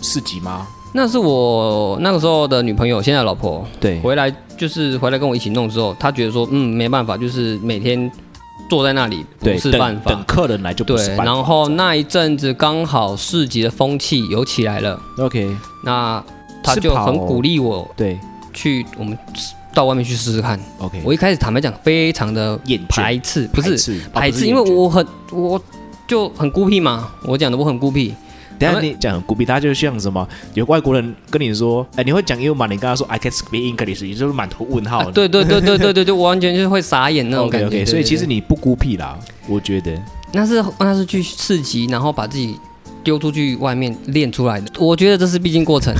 [SPEAKER 1] 市集吗？
[SPEAKER 2] 那是我那个时候的女朋友，现在的老婆
[SPEAKER 1] 对
[SPEAKER 2] 回来，就是回来跟我一起弄之后，她觉得说，嗯，没办法，就是每天坐在那里不
[SPEAKER 1] 对，
[SPEAKER 2] 是办
[SPEAKER 1] 等
[SPEAKER 2] 法
[SPEAKER 1] 等。客人来就不是
[SPEAKER 2] 对，
[SPEAKER 1] 办法。
[SPEAKER 2] 然后那一阵子刚好市集的风气有起来了，
[SPEAKER 1] OK，
[SPEAKER 2] 那她
[SPEAKER 1] 是
[SPEAKER 2] 就
[SPEAKER 1] 跑
[SPEAKER 2] 很鼓励我
[SPEAKER 1] 对
[SPEAKER 2] 去，我们到外面去试试看。
[SPEAKER 1] ，OK，
[SPEAKER 2] 我一开始坦白讲，非常的
[SPEAKER 1] 厌倦
[SPEAKER 2] 排斥，不是
[SPEAKER 1] 斥
[SPEAKER 2] 排斥，
[SPEAKER 1] 哦
[SPEAKER 2] 因为
[SPEAKER 1] 不是厌倦
[SPEAKER 2] 我很我就很孤僻嘛，我讲的我很孤僻，
[SPEAKER 1] 等一下
[SPEAKER 2] 他们
[SPEAKER 1] 你讲很孤僻，他就像什么有外国人跟你说，哎，你会讲英文吗？你跟他说 I can speak English，你就是满头问号。
[SPEAKER 2] 啊对对对对对对对，我完全就是会傻眼
[SPEAKER 1] *laughs*
[SPEAKER 2] 那种感觉。
[SPEAKER 1] OK，
[SPEAKER 2] 对
[SPEAKER 1] OK，所以其实
[SPEAKER 2] 对嗯
[SPEAKER 1] 你不孤僻啦，我觉得。
[SPEAKER 2] 那是那是去市集，然后把自己丢出去外面练出来的。我觉得这是必经
[SPEAKER 1] *laughs*
[SPEAKER 2] 过程，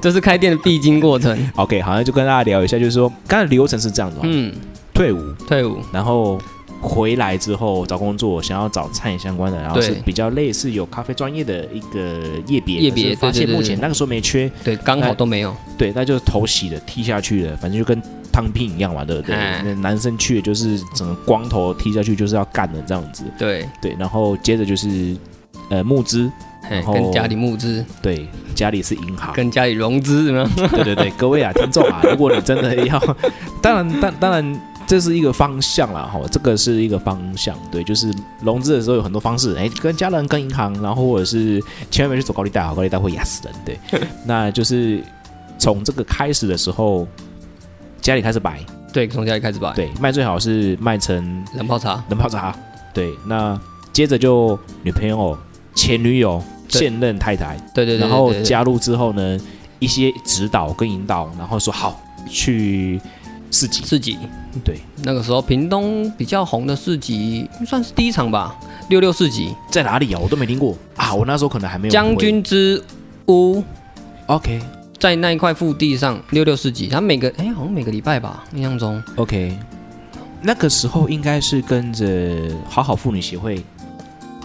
[SPEAKER 2] 这是开店的必经过程。
[SPEAKER 1] OK，好像就跟大家聊一下，就是说刚才流程是这样的、哦，
[SPEAKER 2] 嗯，
[SPEAKER 1] 退伍
[SPEAKER 2] 退伍，
[SPEAKER 1] 然后回来之后找工作，想要找餐饮相关的，然后
[SPEAKER 2] 对
[SPEAKER 1] 是比较类似有咖啡专业的一个业别，
[SPEAKER 2] 业别
[SPEAKER 1] 可是发
[SPEAKER 2] 对对
[SPEAKER 1] 现
[SPEAKER 2] 对
[SPEAKER 1] 目
[SPEAKER 2] 对
[SPEAKER 1] 前那个时候没缺，
[SPEAKER 2] 对，刚好
[SPEAKER 1] 哎
[SPEAKER 2] 都没有。
[SPEAKER 1] 对，那就是头洗了踢下去了，反正就跟烫聘一样嘛，对不对？
[SPEAKER 2] 哎
[SPEAKER 1] 那男生去的就是整个光头踢下去就是要干的这样子，
[SPEAKER 2] 对，
[SPEAKER 1] 对，然后接着就是呃募资，
[SPEAKER 2] 嘿
[SPEAKER 1] 然后啊
[SPEAKER 2] 跟家里募资，
[SPEAKER 1] 对，家里是银行，
[SPEAKER 2] 跟家里融资呢。
[SPEAKER 1] 对对对，各位啊，听众啊，如果你真的要，当然，当当然，这是一个方向啦，哈，这个是一个方向，对，就是融资的时候有很多方式，哎，跟家人、跟银行，然后或者是千万别去走高利贷，好，高利贷会压死人，对，那就是从这个开始的时候，家里开始摆，
[SPEAKER 2] *laughs* 对，从家里开始吧。，
[SPEAKER 1] 对，卖最好是卖成
[SPEAKER 2] 冷泡茶，
[SPEAKER 1] 冷泡茶，对，那接着就女朋友、前女友、
[SPEAKER 2] 对
[SPEAKER 1] 现任太太。
[SPEAKER 2] 对对对
[SPEAKER 1] 然
[SPEAKER 2] 对
[SPEAKER 1] 后
[SPEAKER 2] 对对
[SPEAKER 1] 加入之后呢，一些指导跟引导，然后说好去市集，
[SPEAKER 2] 市集。
[SPEAKER 1] 对，
[SPEAKER 2] 那个时候屏东比较红的市集，算是第一场吧，六六市集，
[SPEAKER 1] 在哪里啊？我都没听过啊，我那时候可能还没有
[SPEAKER 2] 将军之屋。
[SPEAKER 1] OK
[SPEAKER 2] 在那一块腹地上六六市集，他每个哎、好像每个礼拜吧，印象中
[SPEAKER 1] OK，那个时候应该是跟着好好妇女协会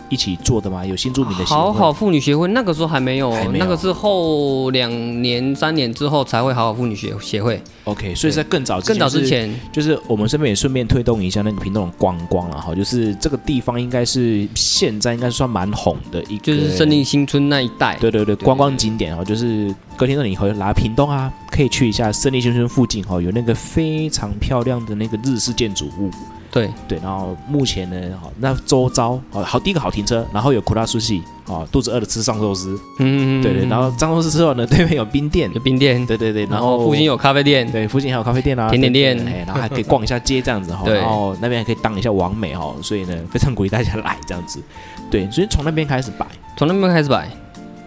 [SPEAKER 1] 一起做的吗？有新住民的协会
[SPEAKER 2] 好好妇女协会那个时候还没有，哦
[SPEAKER 1] 还没有
[SPEAKER 2] 那个是后两年三年之后才会好好妇女协协会，
[SPEAKER 1] OK，所以在更早
[SPEAKER 2] 更早之
[SPEAKER 1] 前。
[SPEAKER 2] 前
[SPEAKER 1] 就是我们这边也顺便推动一下那个屏东的观光了哈，就是这个地方应该是现在应该算蛮红的一个，
[SPEAKER 2] 就是胜利新村那一带，
[SPEAKER 1] 对对对，
[SPEAKER 2] 对
[SPEAKER 1] 观光景点哦，就是隔天呢，你回来屏东啊，可以去一下胜利新村附近哦，有那个非常漂亮的那个日式建筑物。
[SPEAKER 2] 对
[SPEAKER 1] 对，然后目前呢，好，那周遭哦，好，第一个好停车，然后有苦大苏系，哦，肚子饿了吃上寿司，
[SPEAKER 2] 嗯
[SPEAKER 1] 对对，然后上寿司之后呢，对面有冰店
[SPEAKER 2] 有，冰店，
[SPEAKER 1] 对对对，
[SPEAKER 2] 然
[SPEAKER 1] 然
[SPEAKER 2] 后
[SPEAKER 1] 后
[SPEAKER 2] 附近有咖啡店，
[SPEAKER 1] 对附近还有咖啡店啊，
[SPEAKER 2] 甜点店
[SPEAKER 1] 等等哎，然后还可以逛一下街这样子哈，
[SPEAKER 2] 对
[SPEAKER 1] 然后那边还可以当一下王美哈，所以呢，非常鼓励大家来这样子，对，所以从那边开始摆
[SPEAKER 2] 从那边开始摆，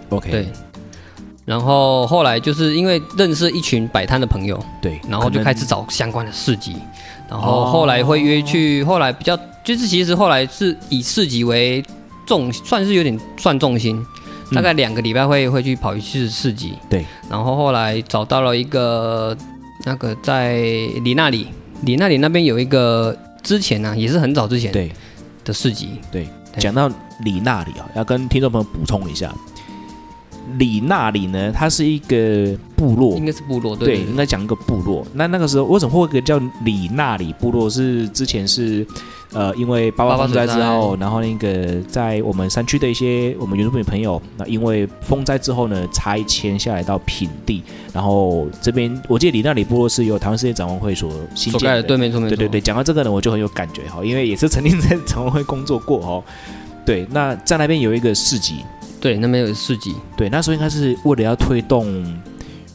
[SPEAKER 1] ，OK，
[SPEAKER 2] 对。然后后来就是因为认识一群摆摊的朋友，
[SPEAKER 1] 对，
[SPEAKER 2] 然后就
[SPEAKER 1] 可能
[SPEAKER 2] 开始找相关的市集，然后后来会约去，
[SPEAKER 1] 哦
[SPEAKER 2] 后来比较就是其实后来是以市集为重，算是有点算重心，
[SPEAKER 1] 嗯
[SPEAKER 2] 大概两个礼拜会会去跑一次市集。
[SPEAKER 1] 对，
[SPEAKER 2] 然后后来找到了一个那个在里那里，里那里那边有一个之前呢、也是很早之前
[SPEAKER 1] 对。
[SPEAKER 2] 的市集，对
[SPEAKER 1] 讲到李那里啊，要跟听众朋友补充一下，李那里呢，它是一个部落
[SPEAKER 2] 应，该是部落
[SPEAKER 1] 对，
[SPEAKER 2] 对
[SPEAKER 1] 应该讲一个部落。那那个时候为什么会有一个叫李那里部落？是之前是呃，因为八八
[SPEAKER 2] 八八
[SPEAKER 1] 风灾之
[SPEAKER 2] 水灾
[SPEAKER 1] 后，然后那个在我们山区的一些我们原住民朋友，那因为风灾之后呢，拆迁下来到平地，然后这边我记得李那里部落是由台湾世界展望会所新
[SPEAKER 2] 所
[SPEAKER 1] 建
[SPEAKER 2] 盖
[SPEAKER 1] 的
[SPEAKER 2] 的，对没错没错，
[SPEAKER 1] 对对对，，讲到这个呢，我就很有感觉哈，因为也是曾经在常会工作过哦。对，那在那边有一个市集，
[SPEAKER 2] 对那边有市集，
[SPEAKER 1] 对，那时候应该是为了要推动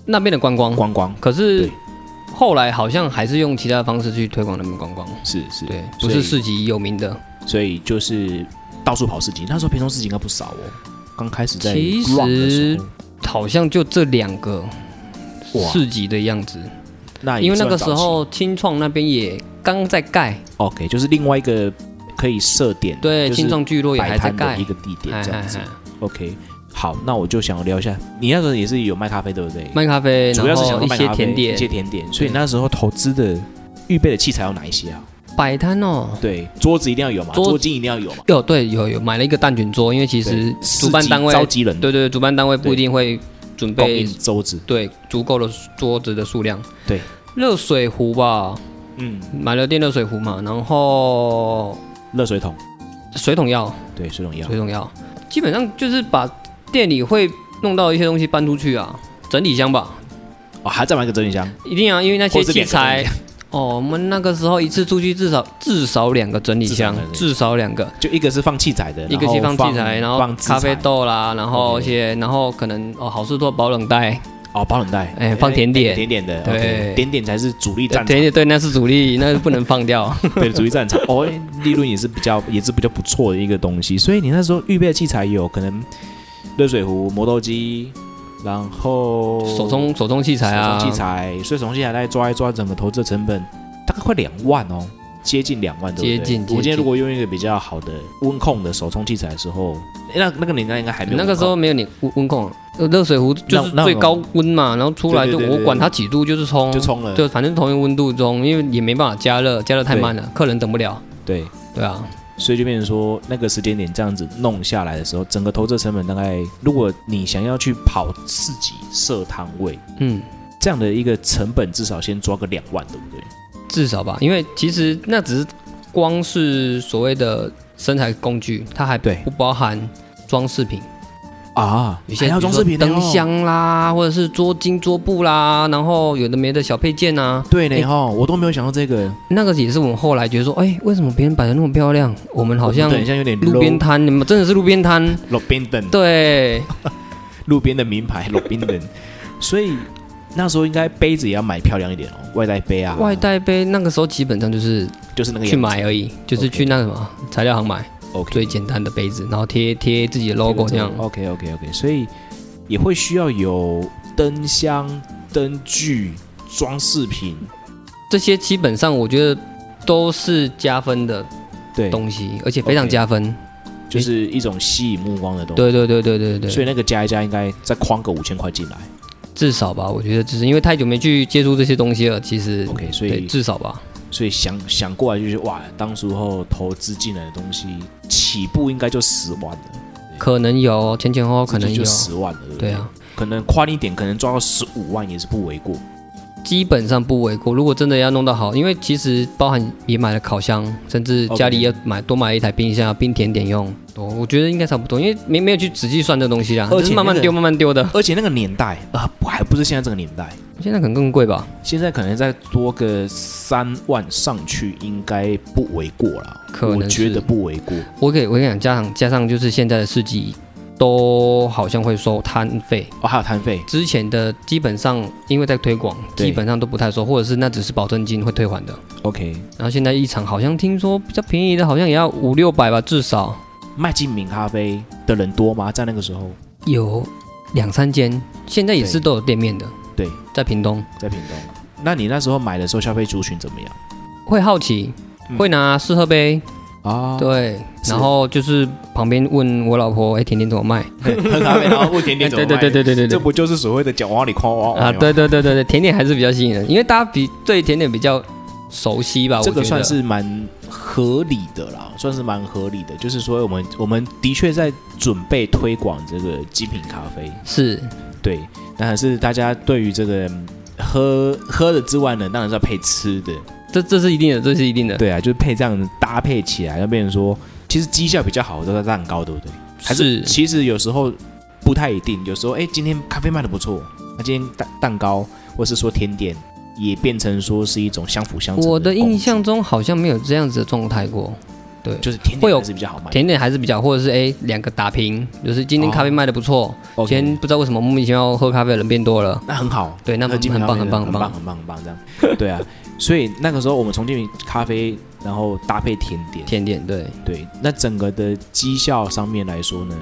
[SPEAKER 2] 那边的观光，
[SPEAKER 1] 观光，
[SPEAKER 2] 可是
[SPEAKER 1] 对
[SPEAKER 2] 后来好像还是用其他方式去推广人民观光，
[SPEAKER 1] 是是，
[SPEAKER 2] 嗯对，
[SPEAKER 1] 所
[SPEAKER 2] 不
[SPEAKER 1] 以
[SPEAKER 2] 是市集有名的。
[SPEAKER 1] 所以就是到处跑市集。那时候屏东市集应该不少哦，刚开始在
[SPEAKER 2] 其
[SPEAKER 1] run 的时候，
[SPEAKER 2] 好像就这两个
[SPEAKER 1] 哇
[SPEAKER 2] 市集的样子，
[SPEAKER 1] 那啊也
[SPEAKER 2] 因为那个时
[SPEAKER 1] 算早期
[SPEAKER 2] 候青创那边也刚在盖，
[SPEAKER 1] OK，就是另外一个可以设点，
[SPEAKER 2] 对，
[SPEAKER 1] 就是
[SPEAKER 2] 青创聚落也
[SPEAKER 1] 摆
[SPEAKER 2] 还在
[SPEAKER 1] 摊
[SPEAKER 2] 盖哎
[SPEAKER 1] 的一，个地点
[SPEAKER 2] 嗨
[SPEAKER 1] 这样
[SPEAKER 2] 嗨
[SPEAKER 1] 子
[SPEAKER 2] 嗨。
[SPEAKER 1] OK，好，那我就想要聊一下，你那时候也是有卖咖啡对不对？
[SPEAKER 2] 卖咖啡，
[SPEAKER 1] 主要
[SPEAKER 2] 然
[SPEAKER 1] 是想
[SPEAKER 2] 后
[SPEAKER 1] 要
[SPEAKER 2] 一
[SPEAKER 1] 卖
[SPEAKER 2] 些
[SPEAKER 1] 咖啡
[SPEAKER 2] 甜
[SPEAKER 1] 一些
[SPEAKER 2] 点
[SPEAKER 1] 甜点，所以那时候投资的预备的器材有哪一些啊？
[SPEAKER 2] 摆摊哦。
[SPEAKER 1] 对，桌子一定要有嘛，
[SPEAKER 2] 桌
[SPEAKER 1] 桌巾一定要有嘛。
[SPEAKER 2] 有对有有买了一个蛋卷桌，因为其实
[SPEAKER 1] 对
[SPEAKER 2] 主办
[SPEAKER 1] 市集
[SPEAKER 2] 单位
[SPEAKER 1] 召集人
[SPEAKER 2] 对对，主办单位不一定会准
[SPEAKER 1] 供
[SPEAKER 2] 备
[SPEAKER 1] 应周子，
[SPEAKER 2] 对足够的桌子的数量。
[SPEAKER 1] 对，
[SPEAKER 2] 热水壶吧，
[SPEAKER 1] 嗯，
[SPEAKER 2] 买了电热水壶嘛，然后
[SPEAKER 1] 热水桶，
[SPEAKER 2] 水桶药，
[SPEAKER 1] 对，水桶要
[SPEAKER 2] 水桶药，基本上就是把店里会弄到一些东西搬出去啊，整理箱吧，
[SPEAKER 1] 哦，还再买一个整理箱，
[SPEAKER 2] 一定啊，因为那
[SPEAKER 1] 或是
[SPEAKER 2] 些器
[SPEAKER 1] 两个整理
[SPEAKER 2] 材
[SPEAKER 1] 箱。
[SPEAKER 2] 哦，我们那个时候一次出去至少至少两个整理
[SPEAKER 1] 至少
[SPEAKER 2] 箱
[SPEAKER 1] 两，个
[SPEAKER 2] 至少两个，
[SPEAKER 1] 就一个是放器材的，
[SPEAKER 2] 一个
[SPEAKER 1] 然后
[SPEAKER 2] 是放器材，然后
[SPEAKER 1] 放制
[SPEAKER 2] 咖啡
[SPEAKER 1] 材
[SPEAKER 2] 豆啦，然后
[SPEAKER 1] OK
[SPEAKER 2] 一些，然后可能哦好事多保冷袋，
[SPEAKER 1] 哦，保冷袋，
[SPEAKER 2] 哎放甜点
[SPEAKER 1] 甜点的，
[SPEAKER 2] 对
[SPEAKER 1] OK，甜点才是主力
[SPEAKER 2] 对
[SPEAKER 1] 战场，
[SPEAKER 2] 对对，那是主力，那是不能放掉。
[SPEAKER 1] *laughs* 对，主义战场哦，利润也是比较也是比较不错的一个东西。所以你那时候预备的器材有可能热水壶、磨豆机，然后
[SPEAKER 2] 手冲手冲器材啊，
[SPEAKER 1] 手冲器材，所以手冲器材来抓一抓整个投资的成本，大概快两万哦，接近两万，对不对
[SPEAKER 2] 接近
[SPEAKER 1] 我今
[SPEAKER 2] 接
[SPEAKER 1] 天
[SPEAKER 2] 近
[SPEAKER 1] 如果用一个比较好的温控的手冲器材的时候，诶那那个年代应该还没有
[SPEAKER 2] 那
[SPEAKER 1] 温控，
[SPEAKER 2] 个时候没有你温温控，呃热水壶就
[SPEAKER 1] 那
[SPEAKER 2] 是
[SPEAKER 1] 那
[SPEAKER 2] 最
[SPEAKER 1] 种
[SPEAKER 2] 高温嘛，然后出来
[SPEAKER 1] 对
[SPEAKER 2] 就
[SPEAKER 1] 对对
[SPEAKER 2] 我
[SPEAKER 1] 对
[SPEAKER 2] 管它几度就是冲，
[SPEAKER 1] 就冲了，
[SPEAKER 2] 就反正同一个温度中，因为也没办法加热，加热太
[SPEAKER 1] 对
[SPEAKER 2] 慢了，客人等不了。
[SPEAKER 1] 对。
[SPEAKER 2] 对啊，
[SPEAKER 1] 所以就变成说，那个时间点这样子弄下来的时候，整个投资成本大概，如果你想要去跑市集设摊位，
[SPEAKER 2] 嗯，
[SPEAKER 1] 这样的一个成本至少先抓个两万，对不对？
[SPEAKER 2] 至少吧，因为其实那只是光是所谓的身材工具，它还
[SPEAKER 1] 对
[SPEAKER 2] 不包含装饰品。
[SPEAKER 1] 啊，
[SPEAKER 2] 有些
[SPEAKER 1] 还要装饰品
[SPEAKER 2] 比
[SPEAKER 1] 的
[SPEAKER 2] 如
[SPEAKER 1] 哦
[SPEAKER 2] 说灯，箱啦，或者是桌巾、桌布啦，然后有的没的小配件啊，
[SPEAKER 1] 对呢
[SPEAKER 2] 哎
[SPEAKER 1] 哈、我都没有想到这个，
[SPEAKER 2] 那个也是我们后来觉得说，哎、为什么别人摆的那么漂亮，我们好像
[SPEAKER 1] 等一下有点
[SPEAKER 2] 嗯路边
[SPEAKER 1] low-
[SPEAKER 2] 摊，你们真的是路边摊？
[SPEAKER 1] 路边等
[SPEAKER 2] 对，
[SPEAKER 1] 路边的名牌路边等，
[SPEAKER 2] *laughs*
[SPEAKER 1] 所以那时候应该杯子也要买漂亮一点哦，外带杯啊，
[SPEAKER 2] 外带杯那个时候基本上就是
[SPEAKER 1] 就是那个
[SPEAKER 2] 去买而已，就是
[SPEAKER 1] OK
[SPEAKER 2] 去那什么材料行买
[SPEAKER 1] ，OK
[SPEAKER 2] 最简单的杯子，然后贴贴自己的 logo 这样。
[SPEAKER 1] ，OK OK OK，所以也会需要有灯箱、灯具、装饰品，
[SPEAKER 2] 这些基本上我觉得都是加分的
[SPEAKER 1] 对，
[SPEAKER 2] 东西，而且非常
[SPEAKER 1] OK
[SPEAKER 2] 加分。
[SPEAKER 1] 就是一种吸引目光的东西。
[SPEAKER 2] 对对对对对对，
[SPEAKER 1] 所以那个加一加，应该再框个五千块进来。
[SPEAKER 2] 至少吧，我觉得就是因为太久没去接触这些东西了，其实
[SPEAKER 1] OK，所
[SPEAKER 2] 对，
[SPEAKER 1] 以
[SPEAKER 2] 至少吧，
[SPEAKER 1] 所以想想过来就是哇，当时候投资进来的东西起步应该就十万了，
[SPEAKER 2] 可能有前前后哦后可能
[SPEAKER 1] 直接
[SPEAKER 2] 有
[SPEAKER 1] 就，十万了，对不
[SPEAKER 2] 对啊，
[SPEAKER 1] 可能宽一点，可能抓到十五万也是不为过。
[SPEAKER 2] 基本上不为过。如果真的要弄到好，因为其实包含也买了烤箱，甚至
[SPEAKER 1] OK
[SPEAKER 2] 家里要买多买了一台冰箱冰甜点用，我我觉得应该差不多，因为没没有去仔细算这东西啦，
[SPEAKER 1] 而且
[SPEAKER 2] 就是慢慢
[SPEAKER 1] 那个
[SPEAKER 2] 丢慢慢哦丢的。
[SPEAKER 1] 而且那个年代啊、呃还不是现在这个年代，
[SPEAKER 2] 现在可能更贵吧，
[SPEAKER 1] 现在可能再多个三万上去，应该不为过啦。
[SPEAKER 2] 可能
[SPEAKER 1] 我觉
[SPEAKER 2] 是
[SPEAKER 1] 得不为过。
[SPEAKER 2] 我给我跟你讲，加上加上就是现在的市集都好像会收摊费，
[SPEAKER 1] 哦，还有摊费，
[SPEAKER 2] 之前的基本上因为在推广，
[SPEAKER 1] 对
[SPEAKER 2] 基本上都不太收，或者是那只是保证金会退还的。
[SPEAKER 1] OK，
[SPEAKER 2] 然后现在一场好像听说比较便宜的，好像也要五六百吧，至少
[SPEAKER 1] 卖精品咖啡的人多吗？在那个时候，
[SPEAKER 2] 有两三间，现在也是
[SPEAKER 1] 对
[SPEAKER 2] 都有店面的。
[SPEAKER 1] 对，
[SPEAKER 2] 在屏东
[SPEAKER 1] 在屏东。那你那时候买的时候，消费族群怎么样
[SPEAKER 2] 会好奇，
[SPEAKER 1] 嗯
[SPEAKER 2] 会拿试喝杯，
[SPEAKER 1] 啊？
[SPEAKER 2] 对，
[SPEAKER 1] 是
[SPEAKER 2] 然后就是旁边问我老婆，哎，甜点怎么卖？
[SPEAKER 1] *laughs* 喝咖啡然后问甜
[SPEAKER 2] 哎
[SPEAKER 1] 点怎
[SPEAKER 2] *laughs* 对
[SPEAKER 1] 么
[SPEAKER 2] 对
[SPEAKER 1] 卖？
[SPEAKER 2] 对对对对
[SPEAKER 1] 这
[SPEAKER 2] 对。
[SPEAKER 1] 不就是所谓的讲往里夸哎往
[SPEAKER 2] 啊，对对对对对，甜点还是比较吸引人，因为大家比对甜点比较熟悉啊吧，我
[SPEAKER 1] 这个
[SPEAKER 2] 觉
[SPEAKER 1] 算
[SPEAKER 2] 得
[SPEAKER 1] 是蛮合理的啦，算是蛮合理的。就是说，我们我们的确在准备推广这个精品咖啡，
[SPEAKER 2] 是
[SPEAKER 1] 对，但还是大家对于这个嗯喝喝的之外呢，当然是要配吃的，
[SPEAKER 2] 这这是一定的，这是一定的，
[SPEAKER 1] 对啊，就是配这样搭配起来，要变成说，其实绩效比较好的都是蛋糕，对不对？还
[SPEAKER 2] 是
[SPEAKER 1] 其实有时候不太一定，有时候哎，今天咖啡卖的不错，那今天蛋蛋糕或是说甜点也变成说是一种相辅相成。哦
[SPEAKER 2] 我的印象中好像没有这样子的状态过，对，
[SPEAKER 1] 就是甜
[SPEAKER 2] 会
[SPEAKER 1] 点
[SPEAKER 2] 有
[SPEAKER 1] 还是比较好卖。
[SPEAKER 2] 甜点还是比较，或者是哎两个打平，就是今天
[SPEAKER 1] 哦
[SPEAKER 2] 咖啡卖的不错，
[SPEAKER 1] OK
[SPEAKER 2] 今天不知道为什么莫名其妙喝咖啡的人变多了。
[SPEAKER 1] 那很好，
[SPEAKER 2] 对那
[SPEAKER 1] 基本上
[SPEAKER 2] 很
[SPEAKER 1] 变
[SPEAKER 2] 棒
[SPEAKER 1] 得
[SPEAKER 2] 很
[SPEAKER 1] 很
[SPEAKER 2] 棒
[SPEAKER 1] 很棒，很棒，这样，对啊，所以那个时候我们重庆咖啡，然后搭配甜点，
[SPEAKER 2] 甜点对，
[SPEAKER 1] 对，那整个的绩效上面来说呢，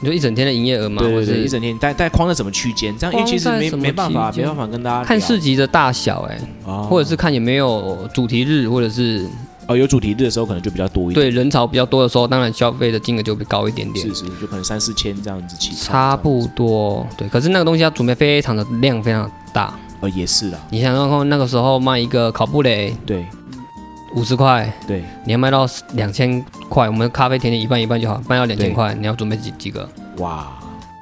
[SPEAKER 2] 你说一整天的营业额嘛，
[SPEAKER 1] 对
[SPEAKER 2] 或
[SPEAKER 1] 对
[SPEAKER 2] 者
[SPEAKER 1] 对，一
[SPEAKER 2] 是
[SPEAKER 1] 整天大概框在什么区间？这样，因为其实
[SPEAKER 2] 框在
[SPEAKER 1] 没
[SPEAKER 2] 什么
[SPEAKER 1] 没办法，
[SPEAKER 2] 区
[SPEAKER 1] 没
[SPEAKER 2] 间
[SPEAKER 1] 办法跟大家
[SPEAKER 2] 看
[SPEAKER 1] 聊
[SPEAKER 2] 市集的大小哎，
[SPEAKER 1] 哦
[SPEAKER 2] 或者是看有没有主题日，或者是
[SPEAKER 1] 哦有主题日的时候可能就比较多一点，
[SPEAKER 2] 对人潮比较多的时候，当然消费的金额就会高一点点
[SPEAKER 1] 是。是，就可能三四千这样子起跳，
[SPEAKER 2] 差不多，对。可是那个东西要准备非常的量非常的大，
[SPEAKER 1] 哦也是啦，
[SPEAKER 2] 你想想看，那个时候卖一个烤布雷
[SPEAKER 1] 对
[SPEAKER 2] 五十块，
[SPEAKER 1] 对，
[SPEAKER 2] 你要卖到两千块，我们咖啡甜点一半一半就好，卖到两
[SPEAKER 1] 对
[SPEAKER 2] 千块，你要准备几几个？
[SPEAKER 1] 哇，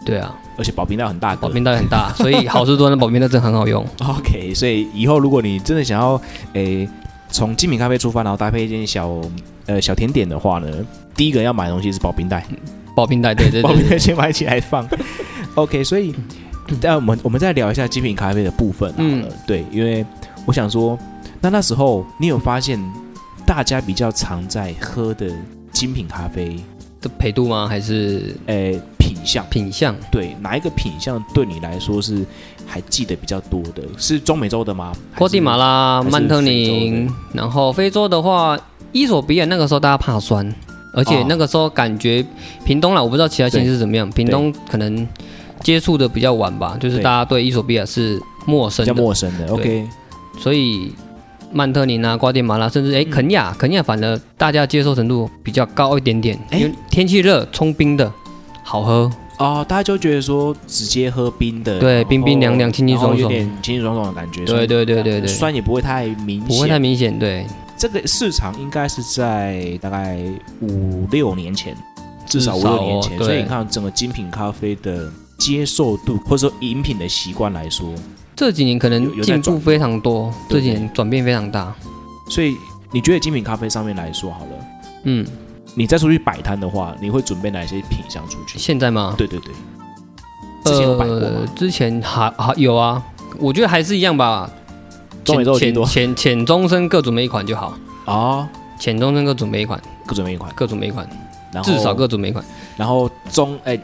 [SPEAKER 2] 对啊，
[SPEAKER 1] 而且保平量很大个，
[SPEAKER 2] 保冰袋很大，所以好事多的保冰袋真的很好用。
[SPEAKER 1] OK，所以以后如果你真的想要诶从精品咖啡出发，然后搭配一件小呃小甜点的话呢，第一个要买的东西是保冰袋，
[SPEAKER 2] 保冰袋，对对
[SPEAKER 1] 保
[SPEAKER 2] 对
[SPEAKER 1] 冰袋先买起来
[SPEAKER 2] *laughs*
[SPEAKER 1] 放。OK，所以但我们我们再聊一下精品咖啡的部分好了。
[SPEAKER 2] 嗯
[SPEAKER 1] 对，因为我想说，那那时候你有发现大家比较常在喝的精品咖啡
[SPEAKER 2] 这配度吗？还是
[SPEAKER 1] 诶品相？
[SPEAKER 2] 品相？
[SPEAKER 1] 对，哪一个品相对你来说是还记得比较多的？是中美洲的吗？还是
[SPEAKER 2] 瓜地马拉、
[SPEAKER 1] 还是
[SPEAKER 2] 曼特
[SPEAKER 1] 非
[SPEAKER 2] 宁
[SPEAKER 1] 洲，
[SPEAKER 2] 然后非洲的话，伊索比亚那个时候大家怕酸，而且
[SPEAKER 1] 哦
[SPEAKER 2] 那个时候感觉屏东啦，我不知道其他县市怎么样，屏东可能接触的比较晚吧，就是
[SPEAKER 1] 对
[SPEAKER 2] 大家对伊索比亚是陌生
[SPEAKER 1] 比较
[SPEAKER 2] 的，
[SPEAKER 1] 陌生的。OK，嗯
[SPEAKER 2] 所以曼特宁啊、瓜地马拉，甚至哎肯亚，肯亚反而大家接受程度比较高一点点，
[SPEAKER 1] 哎
[SPEAKER 2] 因为天气热冲冰的好喝，
[SPEAKER 1] 哦，大家就觉得说直接喝冰的，
[SPEAKER 2] 对
[SPEAKER 1] 然后
[SPEAKER 2] 冰冰凉凉清清
[SPEAKER 1] 然后
[SPEAKER 2] 爽
[SPEAKER 1] 有
[SPEAKER 2] 爽
[SPEAKER 1] 点清清爽爽的感觉。所
[SPEAKER 2] 对
[SPEAKER 1] 以
[SPEAKER 2] 对对对对，
[SPEAKER 1] 酸也不会太明显。
[SPEAKER 2] 不会太明显，对，
[SPEAKER 1] 这个市场应该是在大概五六年前，至少五
[SPEAKER 2] 至少哦
[SPEAKER 1] 六年前。
[SPEAKER 2] 对
[SPEAKER 1] 所以你看，整个精品咖啡的接受度，或者说饮品的习惯来说，
[SPEAKER 2] 这几年可
[SPEAKER 1] 有
[SPEAKER 2] 能
[SPEAKER 1] 有在
[SPEAKER 2] 进
[SPEAKER 1] 转
[SPEAKER 2] 步非常多，
[SPEAKER 1] 对
[SPEAKER 2] 这几年转变非常大。
[SPEAKER 1] 所以你觉得精品咖啡上面来说好了，
[SPEAKER 2] 嗯，
[SPEAKER 1] 你再出去摆摊的话，你会准备哪些品相出去？
[SPEAKER 2] 现在吗？
[SPEAKER 1] 对对对，之前有摆过
[SPEAKER 2] 呃
[SPEAKER 1] 吗？，
[SPEAKER 2] 之前还还有啊，我觉得还是一样吧。
[SPEAKER 1] 中美洲有听
[SPEAKER 2] 浅
[SPEAKER 1] 多
[SPEAKER 2] 浅浅中生各准备一款就好，
[SPEAKER 1] 哦，
[SPEAKER 2] 浅中生各准备一款，
[SPEAKER 1] 各准备一款，
[SPEAKER 2] 各准备一款，
[SPEAKER 1] 然后
[SPEAKER 2] 至少各准
[SPEAKER 1] *laughs*
[SPEAKER 2] 备一款。
[SPEAKER 1] 然后中哎、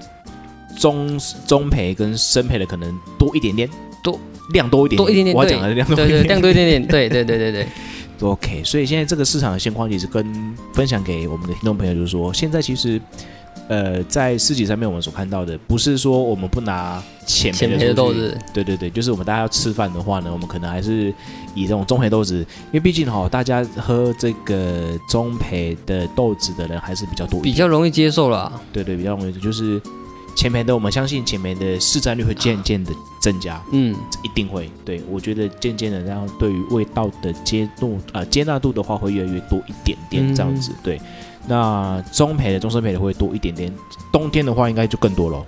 [SPEAKER 1] 中中培跟深培的可能多一点点，
[SPEAKER 2] 多
[SPEAKER 1] 量多一点，
[SPEAKER 2] 多一点点
[SPEAKER 1] 我要
[SPEAKER 2] 对
[SPEAKER 1] 讲的量多
[SPEAKER 2] 对
[SPEAKER 1] 一
[SPEAKER 2] 对，
[SPEAKER 1] 点
[SPEAKER 2] 量多一点点，对对对对
[SPEAKER 1] *laughs*
[SPEAKER 2] 对，
[SPEAKER 1] OK，所以现在这个市场的现况，其实跟分享给我们的听众朋友，就是说，现在其实，呃，在市集上面我们所看到的，不是说我们不拿浅培
[SPEAKER 2] 浅
[SPEAKER 1] 的
[SPEAKER 2] 培的
[SPEAKER 1] 出
[SPEAKER 2] 豆
[SPEAKER 1] 去
[SPEAKER 2] 子，
[SPEAKER 1] 对对对，就是我们大家要吃饭的话呢，我们可能还是以这种中培豆子，因为毕竟哈、大家喝这个中培的豆子的人还是比较多一点，
[SPEAKER 2] 比较容易接受啦。
[SPEAKER 1] 对对，比较容易就是前面的，我们相信前面的市占率会渐渐的增加，
[SPEAKER 2] 嗯，
[SPEAKER 1] 这一定会。对我觉得渐渐的，然后对于味道的接度呃接纳度的话，会越来越多一点点
[SPEAKER 2] 嗯
[SPEAKER 1] 这样子。对，那中培的、中生培的会多一点点，冬天的话应该就更多咯，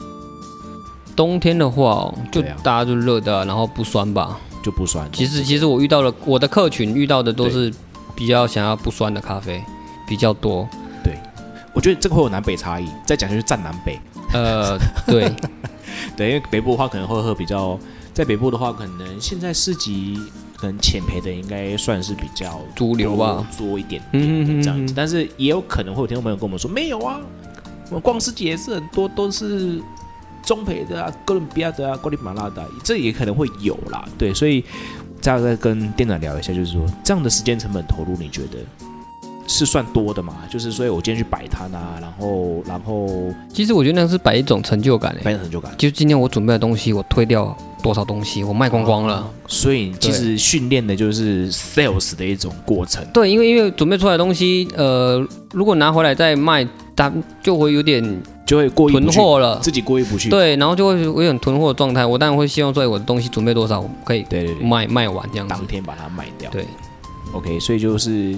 [SPEAKER 2] 冬天的话哦就
[SPEAKER 1] 对啊
[SPEAKER 2] 大家就热的啊，然后不酸吧。
[SPEAKER 1] 就不酸。
[SPEAKER 2] 其实其实我遇到了我的客群遇到的都是比较想要不酸的咖啡比较多。
[SPEAKER 1] 我觉得这个会有南北差异，再讲就是占南北。
[SPEAKER 2] 呃，对，
[SPEAKER 1] 对，因为北部的话可能会喝比较，在北部的话可能现在市集可能浅培的应该算是比较
[SPEAKER 2] 主流吧，
[SPEAKER 1] 多一点
[SPEAKER 2] 嗯
[SPEAKER 1] 点的
[SPEAKER 2] 哼哼
[SPEAKER 1] 这样子。
[SPEAKER 2] 哼
[SPEAKER 1] 但是也有可能会有听众朋友跟我们说，没有啊，我们逛市集也是很多都是中培的啊、哥伦比亚的啊、瓜地马拉的啊、这也可能会有啦。对，所以再再跟店长聊一下，就是说这样的时间成本投入，你觉得？是算多的嘛？就是所以，我今天去摆摊啊，然后然
[SPEAKER 2] *laughs*
[SPEAKER 1] 后
[SPEAKER 2] 其实我觉得那是摆一种成就感诶、欸
[SPEAKER 1] 摆摊成就感
[SPEAKER 2] 就今天我准备的东西，我推掉多少东西，我卖光光了。
[SPEAKER 1] 所以其实训练的就是 sales 的一种过程。
[SPEAKER 2] 对，因为因为准备出来的东西，呃，如果拿回来再卖，它就会有点
[SPEAKER 1] 就会过意不
[SPEAKER 2] 囤
[SPEAKER 1] 去，
[SPEAKER 2] 货了。
[SPEAKER 1] 自己过意不去。
[SPEAKER 2] 对，然后就会有点囤货的状态。我当然会希望说，哎我的东西准备多少，我可以
[SPEAKER 1] 对对对，
[SPEAKER 2] 卖卖完这样子
[SPEAKER 1] 当。天把它卖掉。
[SPEAKER 2] 对，
[SPEAKER 1] OK，所以就是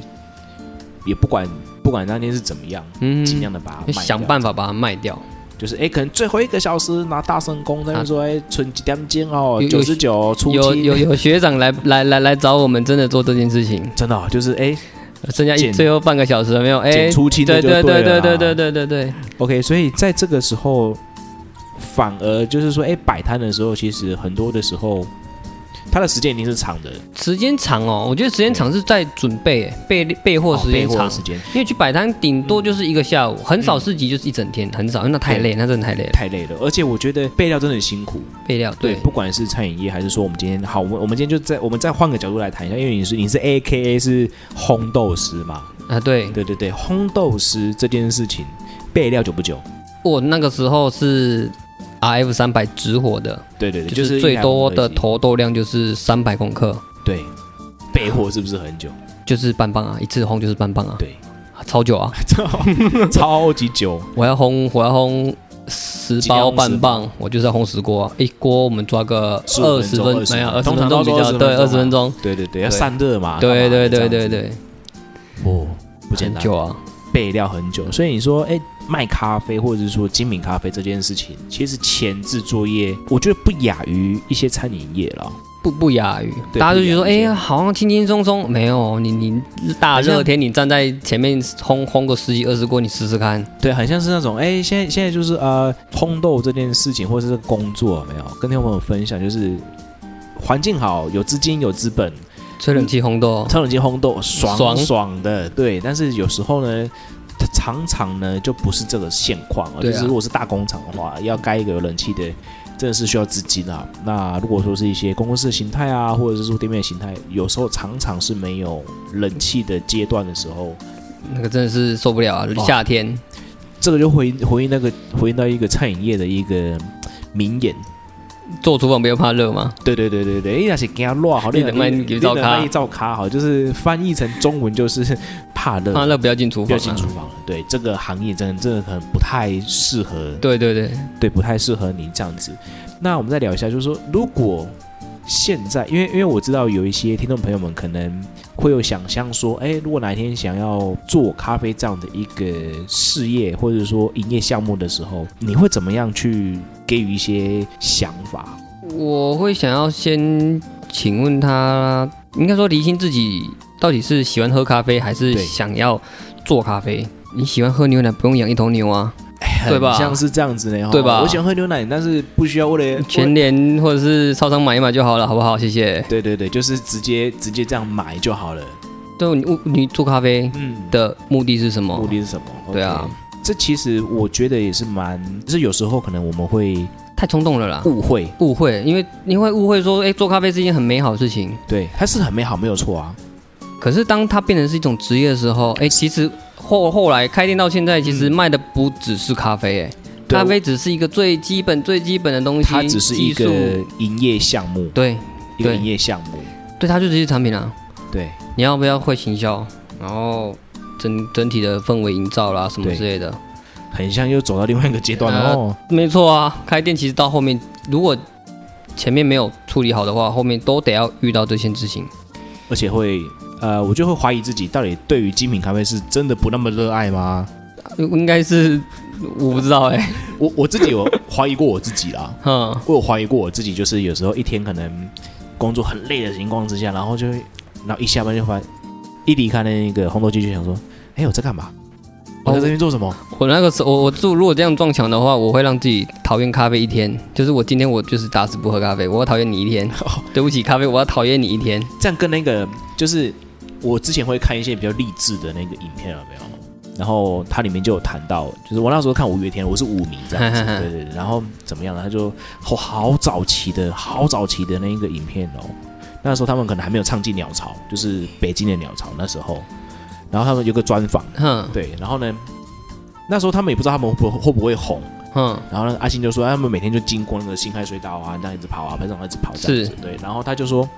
[SPEAKER 1] 也不管不管那天是怎么样，
[SPEAKER 2] 嗯，
[SPEAKER 1] 尽量的把它卖
[SPEAKER 2] 就
[SPEAKER 1] 掉
[SPEAKER 2] 想办法把它卖掉。
[SPEAKER 1] 就是哎，可能最后一个小时拿大声公在那边说，哎，存几点金哦，
[SPEAKER 2] 啊有
[SPEAKER 1] 九
[SPEAKER 2] 有
[SPEAKER 1] 十九出
[SPEAKER 2] 有有
[SPEAKER 1] 清，
[SPEAKER 2] 有学长来来来来找我们，真的做这件事情，
[SPEAKER 1] 真的哦就是哎
[SPEAKER 2] 剩下
[SPEAKER 1] 减
[SPEAKER 2] 一最后半个小时了没有？哎、
[SPEAKER 1] 减出清的
[SPEAKER 2] 对
[SPEAKER 1] 就
[SPEAKER 2] 对
[SPEAKER 1] 对
[SPEAKER 2] 对
[SPEAKER 1] 了啦
[SPEAKER 2] 对对对对对对，
[SPEAKER 1] OK，所以在这个时候，反而就是说，哎，摆摊的时候，其实很多的时候，它的时间一定是长的，
[SPEAKER 2] 时间长哦，我觉得时间长是在准备哎备备货时
[SPEAKER 1] 哦备
[SPEAKER 2] 间
[SPEAKER 1] 货嗯
[SPEAKER 2] 长
[SPEAKER 1] 的，时间
[SPEAKER 2] 因为去摆摊顶多就是一个下午，很少市集就是一整天，很少，因为那太累，那真的太累了。
[SPEAKER 1] 太累了，而且我觉得备料真的很辛苦。
[SPEAKER 2] 备料对
[SPEAKER 1] 不管是餐饮业还是说我们今天好，我们我们今天就在我们再换个角度来谈一下，因为你是你是 A K A 是烘豆师嘛？
[SPEAKER 2] 啊对，
[SPEAKER 1] 对对对，烘豆师这件事情备料久不久？
[SPEAKER 2] 我那个时候是 R F 三百直火的，
[SPEAKER 1] 对对对，
[SPEAKER 2] 就是是最多的
[SPEAKER 1] 一台烘豆机
[SPEAKER 2] 投豆量就是三百公克，
[SPEAKER 1] 对备货是不是很久？ *laughs*
[SPEAKER 2] 就是半磅啊，一次烘就是半磅啊，
[SPEAKER 1] 对，
[SPEAKER 2] 超久
[SPEAKER 1] *laughs*
[SPEAKER 2] 啊！
[SPEAKER 1] 超超级久，
[SPEAKER 2] 我要烘，我要烘十包半磅，我就是要烘十锅啊，一锅我们抓个
[SPEAKER 1] 15
[SPEAKER 2] 二
[SPEAKER 1] 分
[SPEAKER 2] 十
[SPEAKER 1] 钟
[SPEAKER 2] 分，
[SPEAKER 1] 20
[SPEAKER 2] 没有二十
[SPEAKER 1] 通常
[SPEAKER 2] 分
[SPEAKER 1] 都
[SPEAKER 2] 钟
[SPEAKER 1] 是
[SPEAKER 2] 比较
[SPEAKER 1] 20
[SPEAKER 2] 对，二十
[SPEAKER 1] 分
[SPEAKER 2] 分钟，
[SPEAKER 1] 对对对，要
[SPEAKER 2] 对
[SPEAKER 1] 散热嘛，
[SPEAKER 2] 对
[SPEAKER 1] 干嘛的
[SPEAKER 2] 对对
[SPEAKER 1] 这
[SPEAKER 2] 对
[SPEAKER 1] 样子，
[SPEAKER 2] 对，
[SPEAKER 1] 哦，不简
[SPEAKER 2] 很
[SPEAKER 1] 单，
[SPEAKER 2] 久啊，
[SPEAKER 1] 备料很久，所以你说，哎、卖咖啡或者是说精品咖啡这件事情，其实前置作业，我觉得不亚于一些餐饮业了。
[SPEAKER 2] 不不亚于，
[SPEAKER 1] 对
[SPEAKER 2] 大家
[SPEAKER 1] 不亚
[SPEAKER 2] 就
[SPEAKER 1] 于
[SPEAKER 2] 觉得说，哎、
[SPEAKER 1] 是
[SPEAKER 2] 呀，好像轻轻松松，没有你你大
[SPEAKER 1] 好像
[SPEAKER 2] 热天你站在前面烘烘个十几二十锅，你试试看，
[SPEAKER 1] 对，很像是那种，哎、现在现在就是呃，烘豆这件事情或者是工作，有没有跟听众朋友分享，就是环境好，有资金有资本，
[SPEAKER 2] 吹冷气烘 *laughs* 豆，
[SPEAKER 1] 超冷机烘豆爽爽
[SPEAKER 2] 爽
[SPEAKER 1] 的，对。但是有时候呢，它常常呢就不是这个现况啊。就
[SPEAKER 2] 对啊
[SPEAKER 1] 是如果是大工厂的话，要盖一个有冷气的，真的是需要资金啊。那如果说是一些公司的形态啊，或者是说店面的形态，有时候常常是没有冷气的阶段的时候，
[SPEAKER 2] 那个真的是受不了啊！
[SPEAKER 1] 哇
[SPEAKER 2] 夏天
[SPEAKER 1] 这个就回应回应那个回应到一个餐饮业的一个名言。
[SPEAKER 2] 做厨房不要怕热吗？
[SPEAKER 1] 对对对对哎对，你那是给他乱好，
[SPEAKER 2] 你
[SPEAKER 1] 那
[SPEAKER 2] 两个人照卡
[SPEAKER 1] 一照卡好，就是翻译成中文就是怕热，
[SPEAKER 2] 怕热不要进厨
[SPEAKER 1] 不
[SPEAKER 2] 房、
[SPEAKER 1] 要进
[SPEAKER 2] 啊
[SPEAKER 1] 厨。房了。对，这个行业真的真的可能不太适合，
[SPEAKER 2] 对对对，
[SPEAKER 1] 对，不太适合你这样子。那我们再聊一下，就是说，如果现在，因为因为我知道有一些听众朋友们可能会有想象说，哎，如果哪一天想要做咖啡这样的一个事业或者说营业项目的时候，你会怎么样去给予一些想法？
[SPEAKER 2] 我会想要先请问他，应该说厘清自己到底是喜欢喝咖啡还是
[SPEAKER 1] 对
[SPEAKER 2] 想要做咖啡。你喜欢喝牛奶，不用养一头牛啊， *laughs* 对吧
[SPEAKER 1] 哎很像是这样子呢，哦
[SPEAKER 2] 对吧
[SPEAKER 1] 我喜欢喝牛奶，但是不需要为了
[SPEAKER 2] 全联或者是超商买一买就好了，好不好？谢谢。
[SPEAKER 1] 对对对，就是直接直接这样买就好了。
[SPEAKER 2] 对，你你做咖啡
[SPEAKER 1] 嗯，
[SPEAKER 2] 的目的是什么？
[SPEAKER 1] 目的是什么？
[SPEAKER 2] 哦对啊
[SPEAKER 1] OK，这其实我觉得也是蛮，就是有时候可能我们会
[SPEAKER 2] 太冲动了啦，
[SPEAKER 1] 误会，
[SPEAKER 2] 误会，因为你会误会说，哎、做咖啡是一件很美好的事情。
[SPEAKER 1] 对，它是很美好，没有错啊，
[SPEAKER 2] 可是当它变成是一种职业的时候，哎、其实后后来开店到现在，其实卖的不只是咖啡、哎、
[SPEAKER 1] 嗯对
[SPEAKER 2] 咖啡只是一个最基本最基本的东西，
[SPEAKER 1] 它只是一
[SPEAKER 2] 技
[SPEAKER 1] 个
[SPEAKER 2] 术
[SPEAKER 1] 营业项目，
[SPEAKER 2] 对
[SPEAKER 1] 一个
[SPEAKER 2] 对
[SPEAKER 1] 营业项目，
[SPEAKER 2] 对，它就只是产品啊。
[SPEAKER 1] 对
[SPEAKER 2] 你要不要会行销，然后整整体的氛围营造啦什么
[SPEAKER 1] 对
[SPEAKER 2] 之类的，
[SPEAKER 1] 很像又走到另外一个阶段了
[SPEAKER 2] 呃
[SPEAKER 1] 哦。
[SPEAKER 2] 没错啊。开店其实到后面，如果前面没有处理好的话，后面都得要遇到这些事情。
[SPEAKER 1] 而且会，呃，我就会怀疑自己到底对于精品咖啡是真的不那么热爱吗？
[SPEAKER 2] 应该是我不知道哎、
[SPEAKER 1] 我我自己有怀疑过我自己啦，
[SPEAKER 2] *laughs* 嗯，
[SPEAKER 1] 我有怀疑过我自己，就是有时候一天可能工作很累的情况之下，然后就会，然后一下班就发，一离开那个红豆机就想说，哎，我在干嘛？我在这边做什么？
[SPEAKER 2] 我那个时候，我我住如果这样撞墙的话，我会让自己讨厌咖啡一天。就是我今天我就是打死不喝咖啡，我要讨厌你
[SPEAKER 1] *laughs*
[SPEAKER 2] 一天。对不起，咖啡，我要讨厌你一天。
[SPEAKER 1] 这样跟那个就是我之前会看一些比较励志的那个影片，有没有？然后它里面就有谈到，就是我那时候看五月天，我是五迷这样子，对对对。然后怎么样呢？他就好好早期的，好早期的那一个影片哦。那时候他们可能还没有唱进鸟巢，就是北京的鸟巢那时候。然后他们有个专访，
[SPEAKER 2] 哼
[SPEAKER 1] 对，然后呢，那时候他们也不知道他们会不会会不会红。
[SPEAKER 2] 哼，
[SPEAKER 1] 然后呢，阿信就说，哎他们每天就经过那个辛亥隧道啊，这样一直跑啊，排长一直跑这样子
[SPEAKER 2] 是。
[SPEAKER 1] 对，然后他就说，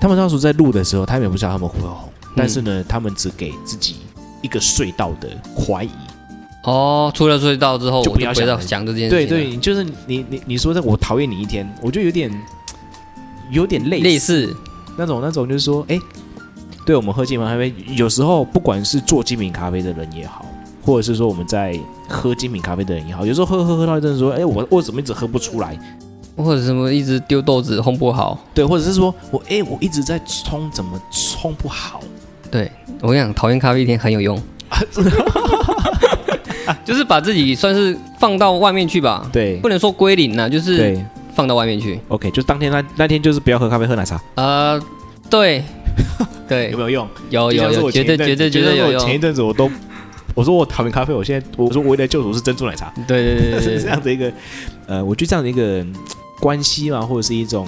[SPEAKER 1] 他们当时在录的时候，他们也不知道他们会不会红，但是呢，他们只给自己一个隧道的怀疑。
[SPEAKER 2] 哦，出了隧道之后，
[SPEAKER 1] 就
[SPEAKER 2] 我
[SPEAKER 1] 不
[SPEAKER 2] 就
[SPEAKER 1] 要
[SPEAKER 2] 回到
[SPEAKER 1] 想了
[SPEAKER 2] 想这件事
[SPEAKER 1] 对
[SPEAKER 2] 情了
[SPEAKER 1] 对，嗯就是你你你说的，我讨厌你一天，我就有点有点类似
[SPEAKER 2] 类似
[SPEAKER 1] 那种那种，就是说，哎，对我们喝精品咖啡，有时候不管是做精品咖啡的人也好。或者是说我们在喝精品咖啡的人也好，有时候喝喝喝到一阵子说，哎，我我怎么一直喝不出来？
[SPEAKER 2] 或者什么一直丢豆子烘不好。
[SPEAKER 1] 对，或者是说我哎、我一直在冲，怎么冲不好？
[SPEAKER 2] 对我跟你讲，讨厌咖啡一天很
[SPEAKER 1] *laughs*
[SPEAKER 2] 有用，就是把自己算是放到外面去吧，
[SPEAKER 1] 对
[SPEAKER 2] 不能说归零了，就是
[SPEAKER 1] 对
[SPEAKER 2] 放到外面去。
[SPEAKER 1] OK，就是当天那那天就是不要喝咖啡，喝奶茶，
[SPEAKER 2] 呃，
[SPEAKER 1] *laughs*
[SPEAKER 2] 对，对哦
[SPEAKER 1] 有，没有用？
[SPEAKER 2] 有
[SPEAKER 1] 就
[SPEAKER 2] 有
[SPEAKER 1] 像是
[SPEAKER 2] 有，
[SPEAKER 1] 我前
[SPEAKER 2] 绝
[SPEAKER 1] 一
[SPEAKER 2] 对
[SPEAKER 1] 阵
[SPEAKER 2] 绝对
[SPEAKER 1] 子
[SPEAKER 2] 绝对
[SPEAKER 1] 就像
[SPEAKER 2] 有
[SPEAKER 1] 是我前一
[SPEAKER 2] 用。
[SPEAKER 1] 阵子我都我说我讨厌咖啡，我现在我说我唯一的救赎是珍珠奶茶，
[SPEAKER 2] 对对对
[SPEAKER 1] *laughs*
[SPEAKER 2] 对
[SPEAKER 1] 是
[SPEAKER 2] 对
[SPEAKER 1] 这
[SPEAKER 2] 对，
[SPEAKER 1] 样的一个呃，我觉得这样的一个嗯关系嘛，或者是一种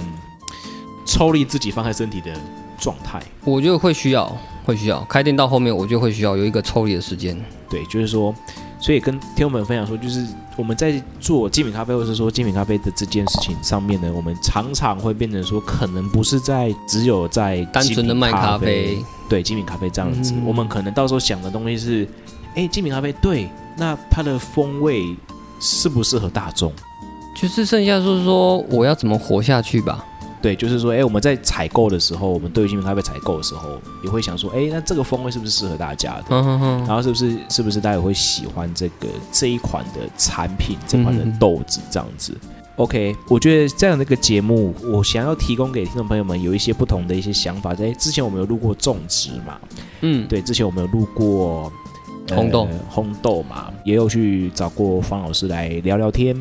[SPEAKER 1] 抽离自己放开身体的状态。
[SPEAKER 2] 我觉得会需要，会需要。开店到后面，我就会需要有一个抽离的时间。
[SPEAKER 1] 对，就是说，所以跟听众们分享说，就是我们在做精品咖啡，或者是说精品咖啡的这件事情上面呢，我们常常会变成说，可能不是在只有在
[SPEAKER 2] 单纯的
[SPEAKER 1] 精品
[SPEAKER 2] 卖
[SPEAKER 1] 咖
[SPEAKER 2] 咖啡，，
[SPEAKER 1] 对精品咖啡这样子，
[SPEAKER 2] 嗯
[SPEAKER 1] 我们可能到时候想的东西是，哎，精品咖啡对，那它的风味适不适合大众？
[SPEAKER 2] 就是剩下就是说我要怎么活下去吧。
[SPEAKER 1] 对，就是说，哎，我们在采购的时候，我们对于精品咖啡采购的时候，也会想说，哎，那这个风味是不是适合大家的？
[SPEAKER 2] 嗯哼哼，
[SPEAKER 1] 然后是不是是不是大家也会喜欢这个这一款的产品，这款的
[SPEAKER 2] 嗯
[SPEAKER 1] 豆子这样子？OK，我觉得这样的一个节目，我想要提供给听众朋友们有一些不同的一些想法。在之前我们有录过种植嘛，
[SPEAKER 2] 嗯，
[SPEAKER 1] 对，之前我们有录过、
[SPEAKER 2] 烘豆
[SPEAKER 1] 烘豆嘛，也有去找过方老师来聊聊天，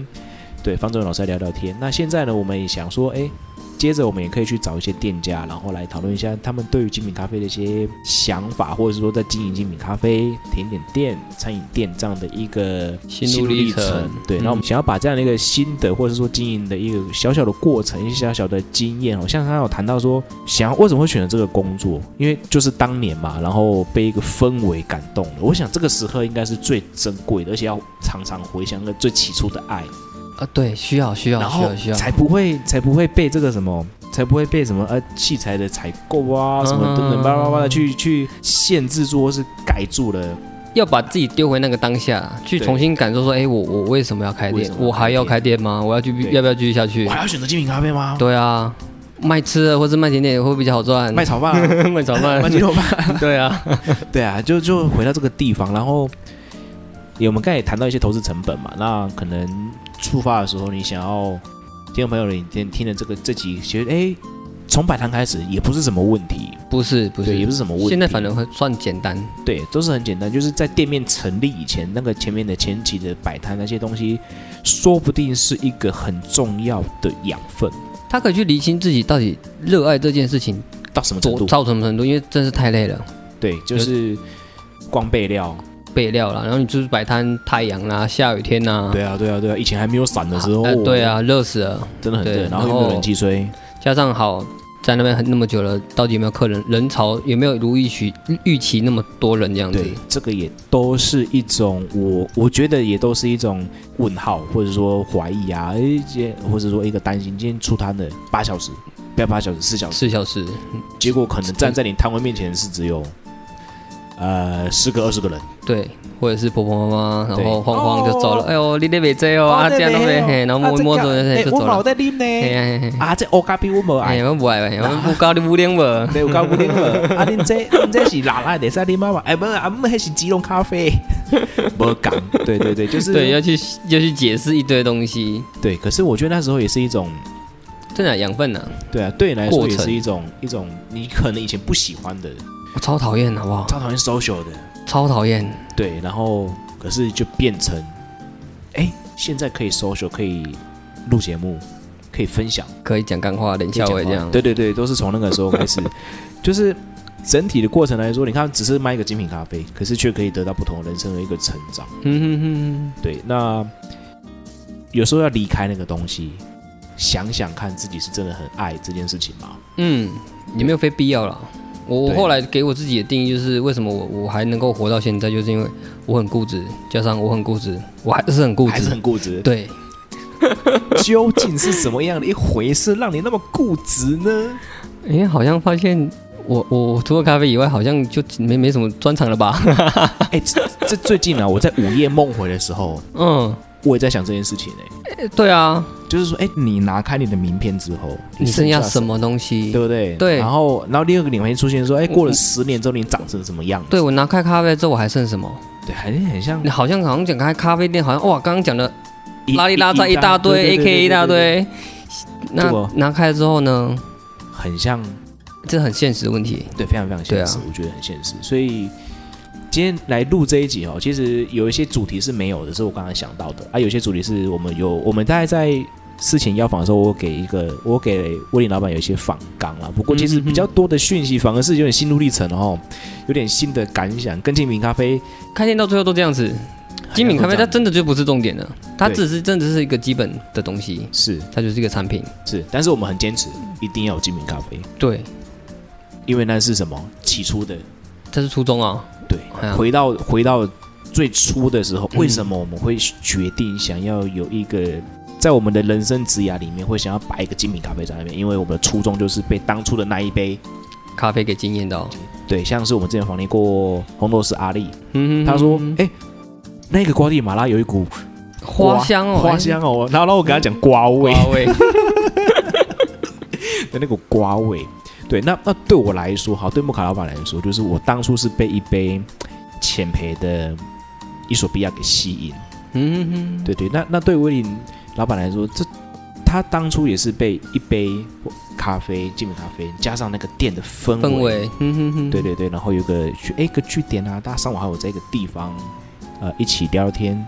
[SPEAKER 1] 对，方正文老师来聊聊天。那现在呢，我们也想说，哎，接着我们也可以去找一些店家，然后来讨论一下他们对于精品咖啡的一些想法，或者是说在经营精品咖啡、甜点店、餐饮店这样的一个
[SPEAKER 2] 心路
[SPEAKER 1] 路
[SPEAKER 2] 历
[SPEAKER 1] 程。
[SPEAKER 2] 程
[SPEAKER 1] 对，那我们
[SPEAKER 2] 嗯
[SPEAKER 1] 想要把这样的一个心得，或者是说经营的一个小小的过程，一些小小的经验哦，像刚刚有谈到说，想要为什么会选择这个工作，因为就是当年嘛，然后被一个氛围感动了。我想这个时刻应该是最珍贵的，而且要常常回想那个最起初的爱。
[SPEAKER 2] 啊，对，需要需要
[SPEAKER 1] 然
[SPEAKER 2] 需
[SPEAKER 1] 后
[SPEAKER 2] 要需要，
[SPEAKER 1] 才不会才不会被这个什么，才不会被什么呃器材的采购啊
[SPEAKER 2] 嗯
[SPEAKER 1] 什么等等巴拉巴拉的去去限制住或是盖住了。
[SPEAKER 2] 要把自己丢回那个当下，去
[SPEAKER 1] 对
[SPEAKER 2] 重新感受说，哎，我我为什么要开
[SPEAKER 1] 为
[SPEAKER 2] 店
[SPEAKER 1] 什？么要
[SPEAKER 2] 我还要
[SPEAKER 1] 开
[SPEAKER 2] 开店吗？我要继续
[SPEAKER 1] 对
[SPEAKER 2] 要不要继续下去
[SPEAKER 1] 我？还要选择精品咖啡吗？
[SPEAKER 2] 对啊，卖吃的或是卖甜点会不会比较好赚？
[SPEAKER 1] 卖炒 *laughs* 饭、啊，
[SPEAKER 2] 卖炒
[SPEAKER 1] 卖鸡
[SPEAKER 2] 饭，
[SPEAKER 1] 肉饭。
[SPEAKER 2] *laughs* 对啊，
[SPEAKER 1] *laughs* 对啊，就就回到这个地方，然后也我们刚才也谈到一些投资成本嘛，那可能出发的时候，你想要听众朋友你听听了这个这集，觉得哎，从摆摊开始也不是什么问题，
[SPEAKER 2] 不是不
[SPEAKER 1] 对，也
[SPEAKER 2] 是
[SPEAKER 1] 不，是什么问题。
[SPEAKER 2] 现在反而会算简单，
[SPEAKER 1] 对，都是很简单，就是在店面成立以前，那个前面的前期的摆摊那些东西，说不定是一个很重要的养分，
[SPEAKER 2] 他可以去厘清自己到底热爱这件事情
[SPEAKER 1] 到什么程
[SPEAKER 2] 多
[SPEAKER 1] 度？
[SPEAKER 2] 到什么程度，因为真是太累了。
[SPEAKER 1] 对，就是光备料。
[SPEAKER 2] 备料啦，然后你就是摆摊，太阳啦、下雨天啦、
[SPEAKER 1] 对啊，对啊，对啊，以前还没有伞的时候，
[SPEAKER 2] 呃，对，啊，热死了，
[SPEAKER 1] 真的很
[SPEAKER 2] 对
[SPEAKER 1] 热，然后
[SPEAKER 2] 然
[SPEAKER 1] 又没有
[SPEAKER 2] 后
[SPEAKER 1] 冷气吹，
[SPEAKER 2] 加上好在那边很那么久了，到底有没有客人？人潮有没有如预期预期那么多人这样子
[SPEAKER 1] 对？，这个也都是一种我我觉得也都是一种问号，或者说怀疑啊，诶，今天或者说一个担心，今天出摊的八小时，不要八小时，四小时，
[SPEAKER 2] 四小时，
[SPEAKER 1] 结果可能站在你摊位面前是只有。呃，十个二十个人，
[SPEAKER 2] 对，或者是婆婆妈妈，然
[SPEAKER 1] 对
[SPEAKER 2] 后晃晃就走了。
[SPEAKER 1] 哦
[SPEAKER 2] 哎呦，你得别这哦，啊哎这样都没嘿，然后摸一摸走就走了。
[SPEAKER 1] 在啉
[SPEAKER 2] 嘿呀嘿嘿，
[SPEAKER 1] 啊，这欧咖啡我无
[SPEAKER 2] 哎
[SPEAKER 1] 爱，
[SPEAKER 2] 呀，我不爱喂， *laughs* 我不搞你五点吧。
[SPEAKER 1] 没有搞不啉无。啊，恁这恁这是哪来的？是你妈妈？哎，不是，啊，姆还是吉隆咖啡，
[SPEAKER 2] *laughs*
[SPEAKER 1] 无讲。对对对，就是
[SPEAKER 2] 对，要去要去解释一堆东西，
[SPEAKER 1] 对。可是我觉得那时候也是一种，
[SPEAKER 2] 真的养分呐，
[SPEAKER 1] 对啊，对你来说
[SPEAKER 2] 过
[SPEAKER 1] 也
[SPEAKER 2] 程
[SPEAKER 1] 是一种一种你可能以前不喜欢的，
[SPEAKER 2] 我超讨厌，好不好？
[SPEAKER 1] 超讨厌 social 的，
[SPEAKER 2] 超讨厌。
[SPEAKER 1] 对。然后可是就变成，哎，现在可以 social，可以录节目，可以分享。
[SPEAKER 2] 可以讲干话，冷笑话这样。
[SPEAKER 1] 对对对，都是从那个时候开始， *laughs* 就是整体的过程来说，你看只是卖一个精品咖啡，可是却可以得到不同人生的一个成长。
[SPEAKER 2] 嗯哼哼
[SPEAKER 1] 对，那有时候要离开那个东西，想想看自己是真的很爱这件事情吗？
[SPEAKER 2] 哼，嗯，也没有非必要了。我我
[SPEAKER 1] 对
[SPEAKER 2] 后来给我自己的定义就是，为什么我我还能够活到现在，就是因为我很固执，加上我很固执，我还是很固
[SPEAKER 1] 还是
[SPEAKER 2] 执。
[SPEAKER 1] 很固执？
[SPEAKER 2] 对，
[SPEAKER 1] 究竟是怎么样的一回事，让你那么固执
[SPEAKER 2] *laughs*
[SPEAKER 1] 呢？
[SPEAKER 2] 因为好像发现我我除了咖啡以外，好像就没没什么专长
[SPEAKER 1] *laughs*
[SPEAKER 2] 了吧？
[SPEAKER 1] 哎、这这最近啊，我在午夜梦回的时候，
[SPEAKER 2] 嗯，
[SPEAKER 1] 我也在想这件事情哎、
[SPEAKER 2] 诶对啊，
[SPEAKER 1] 就是说，哎、你拿开你的名片之后，
[SPEAKER 2] 你剩下
[SPEAKER 1] 什
[SPEAKER 2] 什
[SPEAKER 1] 么？
[SPEAKER 2] 么东西
[SPEAKER 1] 对？不对？
[SPEAKER 2] 对嗯
[SPEAKER 1] 然后，然后另外一个你会出现说，哎，过了十年之后你长成什么样子？
[SPEAKER 2] 对我拿开咖啡之后，我还剩什么？
[SPEAKER 1] 对，还是很像
[SPEAKER 2] 你好像好像讲开咖啡店，好像哇，刚刚讲的
[SPEAKER 1] 一
[SPEAKER 2] 拉里拉扎一大堆，A K 一大，
[SPEAKER 1] 对对对对对对
[SPEAKER 2] 堆。那
[SPEAKER 1] 结果
[SPEAKER 2] 拿开之后呢？
[SPEAKER 1] 对很像，
[SPEAKER 2] 这很现实的问题。
[SPEAKER 1] 对，非常非常现实
[SPEAKER 2] 对，
[SPEAKER 1] 我觉得很现实。所以今天来录这一集哦，其实有一些主题是没有的，是我刚才想到的啊，有些主题是我们有，我们大概在事前邀访的时候，我给一个我给威林老板有一些访纲啦。不过其实比较多的讯息，反而是有点心路历程哦，有点新的感想。跟精品咖啡，
[SPEAKER 2] 开店到最后都这样子。精品咖啡它真的就不是重点了，它
[SPEAKER 1] 对
[SPEAKER 2] 只是真的是一个基本的东西，
[SPEAKER 1] 是
[SPEAKER 2] 它就是一个产品。
[SPEAKER 1] 是，但是我们很坚持，一定要有精品咖啡，
[SPEAKER 2] 对，
[SPEAKER 1] 因为那是什么起初的
[SPEAKER 2] 这是初衷啊。
[SPEAKER 1] 对
[SPEAKER 2] 哎呀，嗯
[SPEAKER 1] 回到回到最初的时候，为什么我们会决定想要有一个在我们的人生职涯里面会想要摆一个精品咖啡在那边？因为我们的初衷就是被当初的那一杯，
[SPEAKER 2] 咖啡给惊艳到。
[SPEAKER 1] 对，像是我们之前访谈过红豆师阿丽，
[SPEAKER 2] 嗯哼
[SPEAKER 1] 他说：“哎、那个瓜地马拉有一股
[SPEAKER 2] 花香哦，
[SPEAKER 1] 花香哦。”然后然后我跟他讲瓜味
[SPEAKER 2] 花 *laughs* 味，
[SPEAKER 1] 的 *laughs* 那股瓜味。对，那那对我来说，好，对木卡老板来说，就是我当初是被一杯浅焙的伊索比亚给吸引。
[SPEAKER 2] 嗯哼，
[SPEAKER 1] 对对，那那对威林老板来说，这他当初也是被一杯咖啡、精品咖啡加上那个店的氛围，
[SPEAKER 2] 氛围，嗯哼哼，
[SPEAKER 1] 对对对，然后有个去哎一个据点啊，大家上午还有在一个地方，呃，一起聊聊天，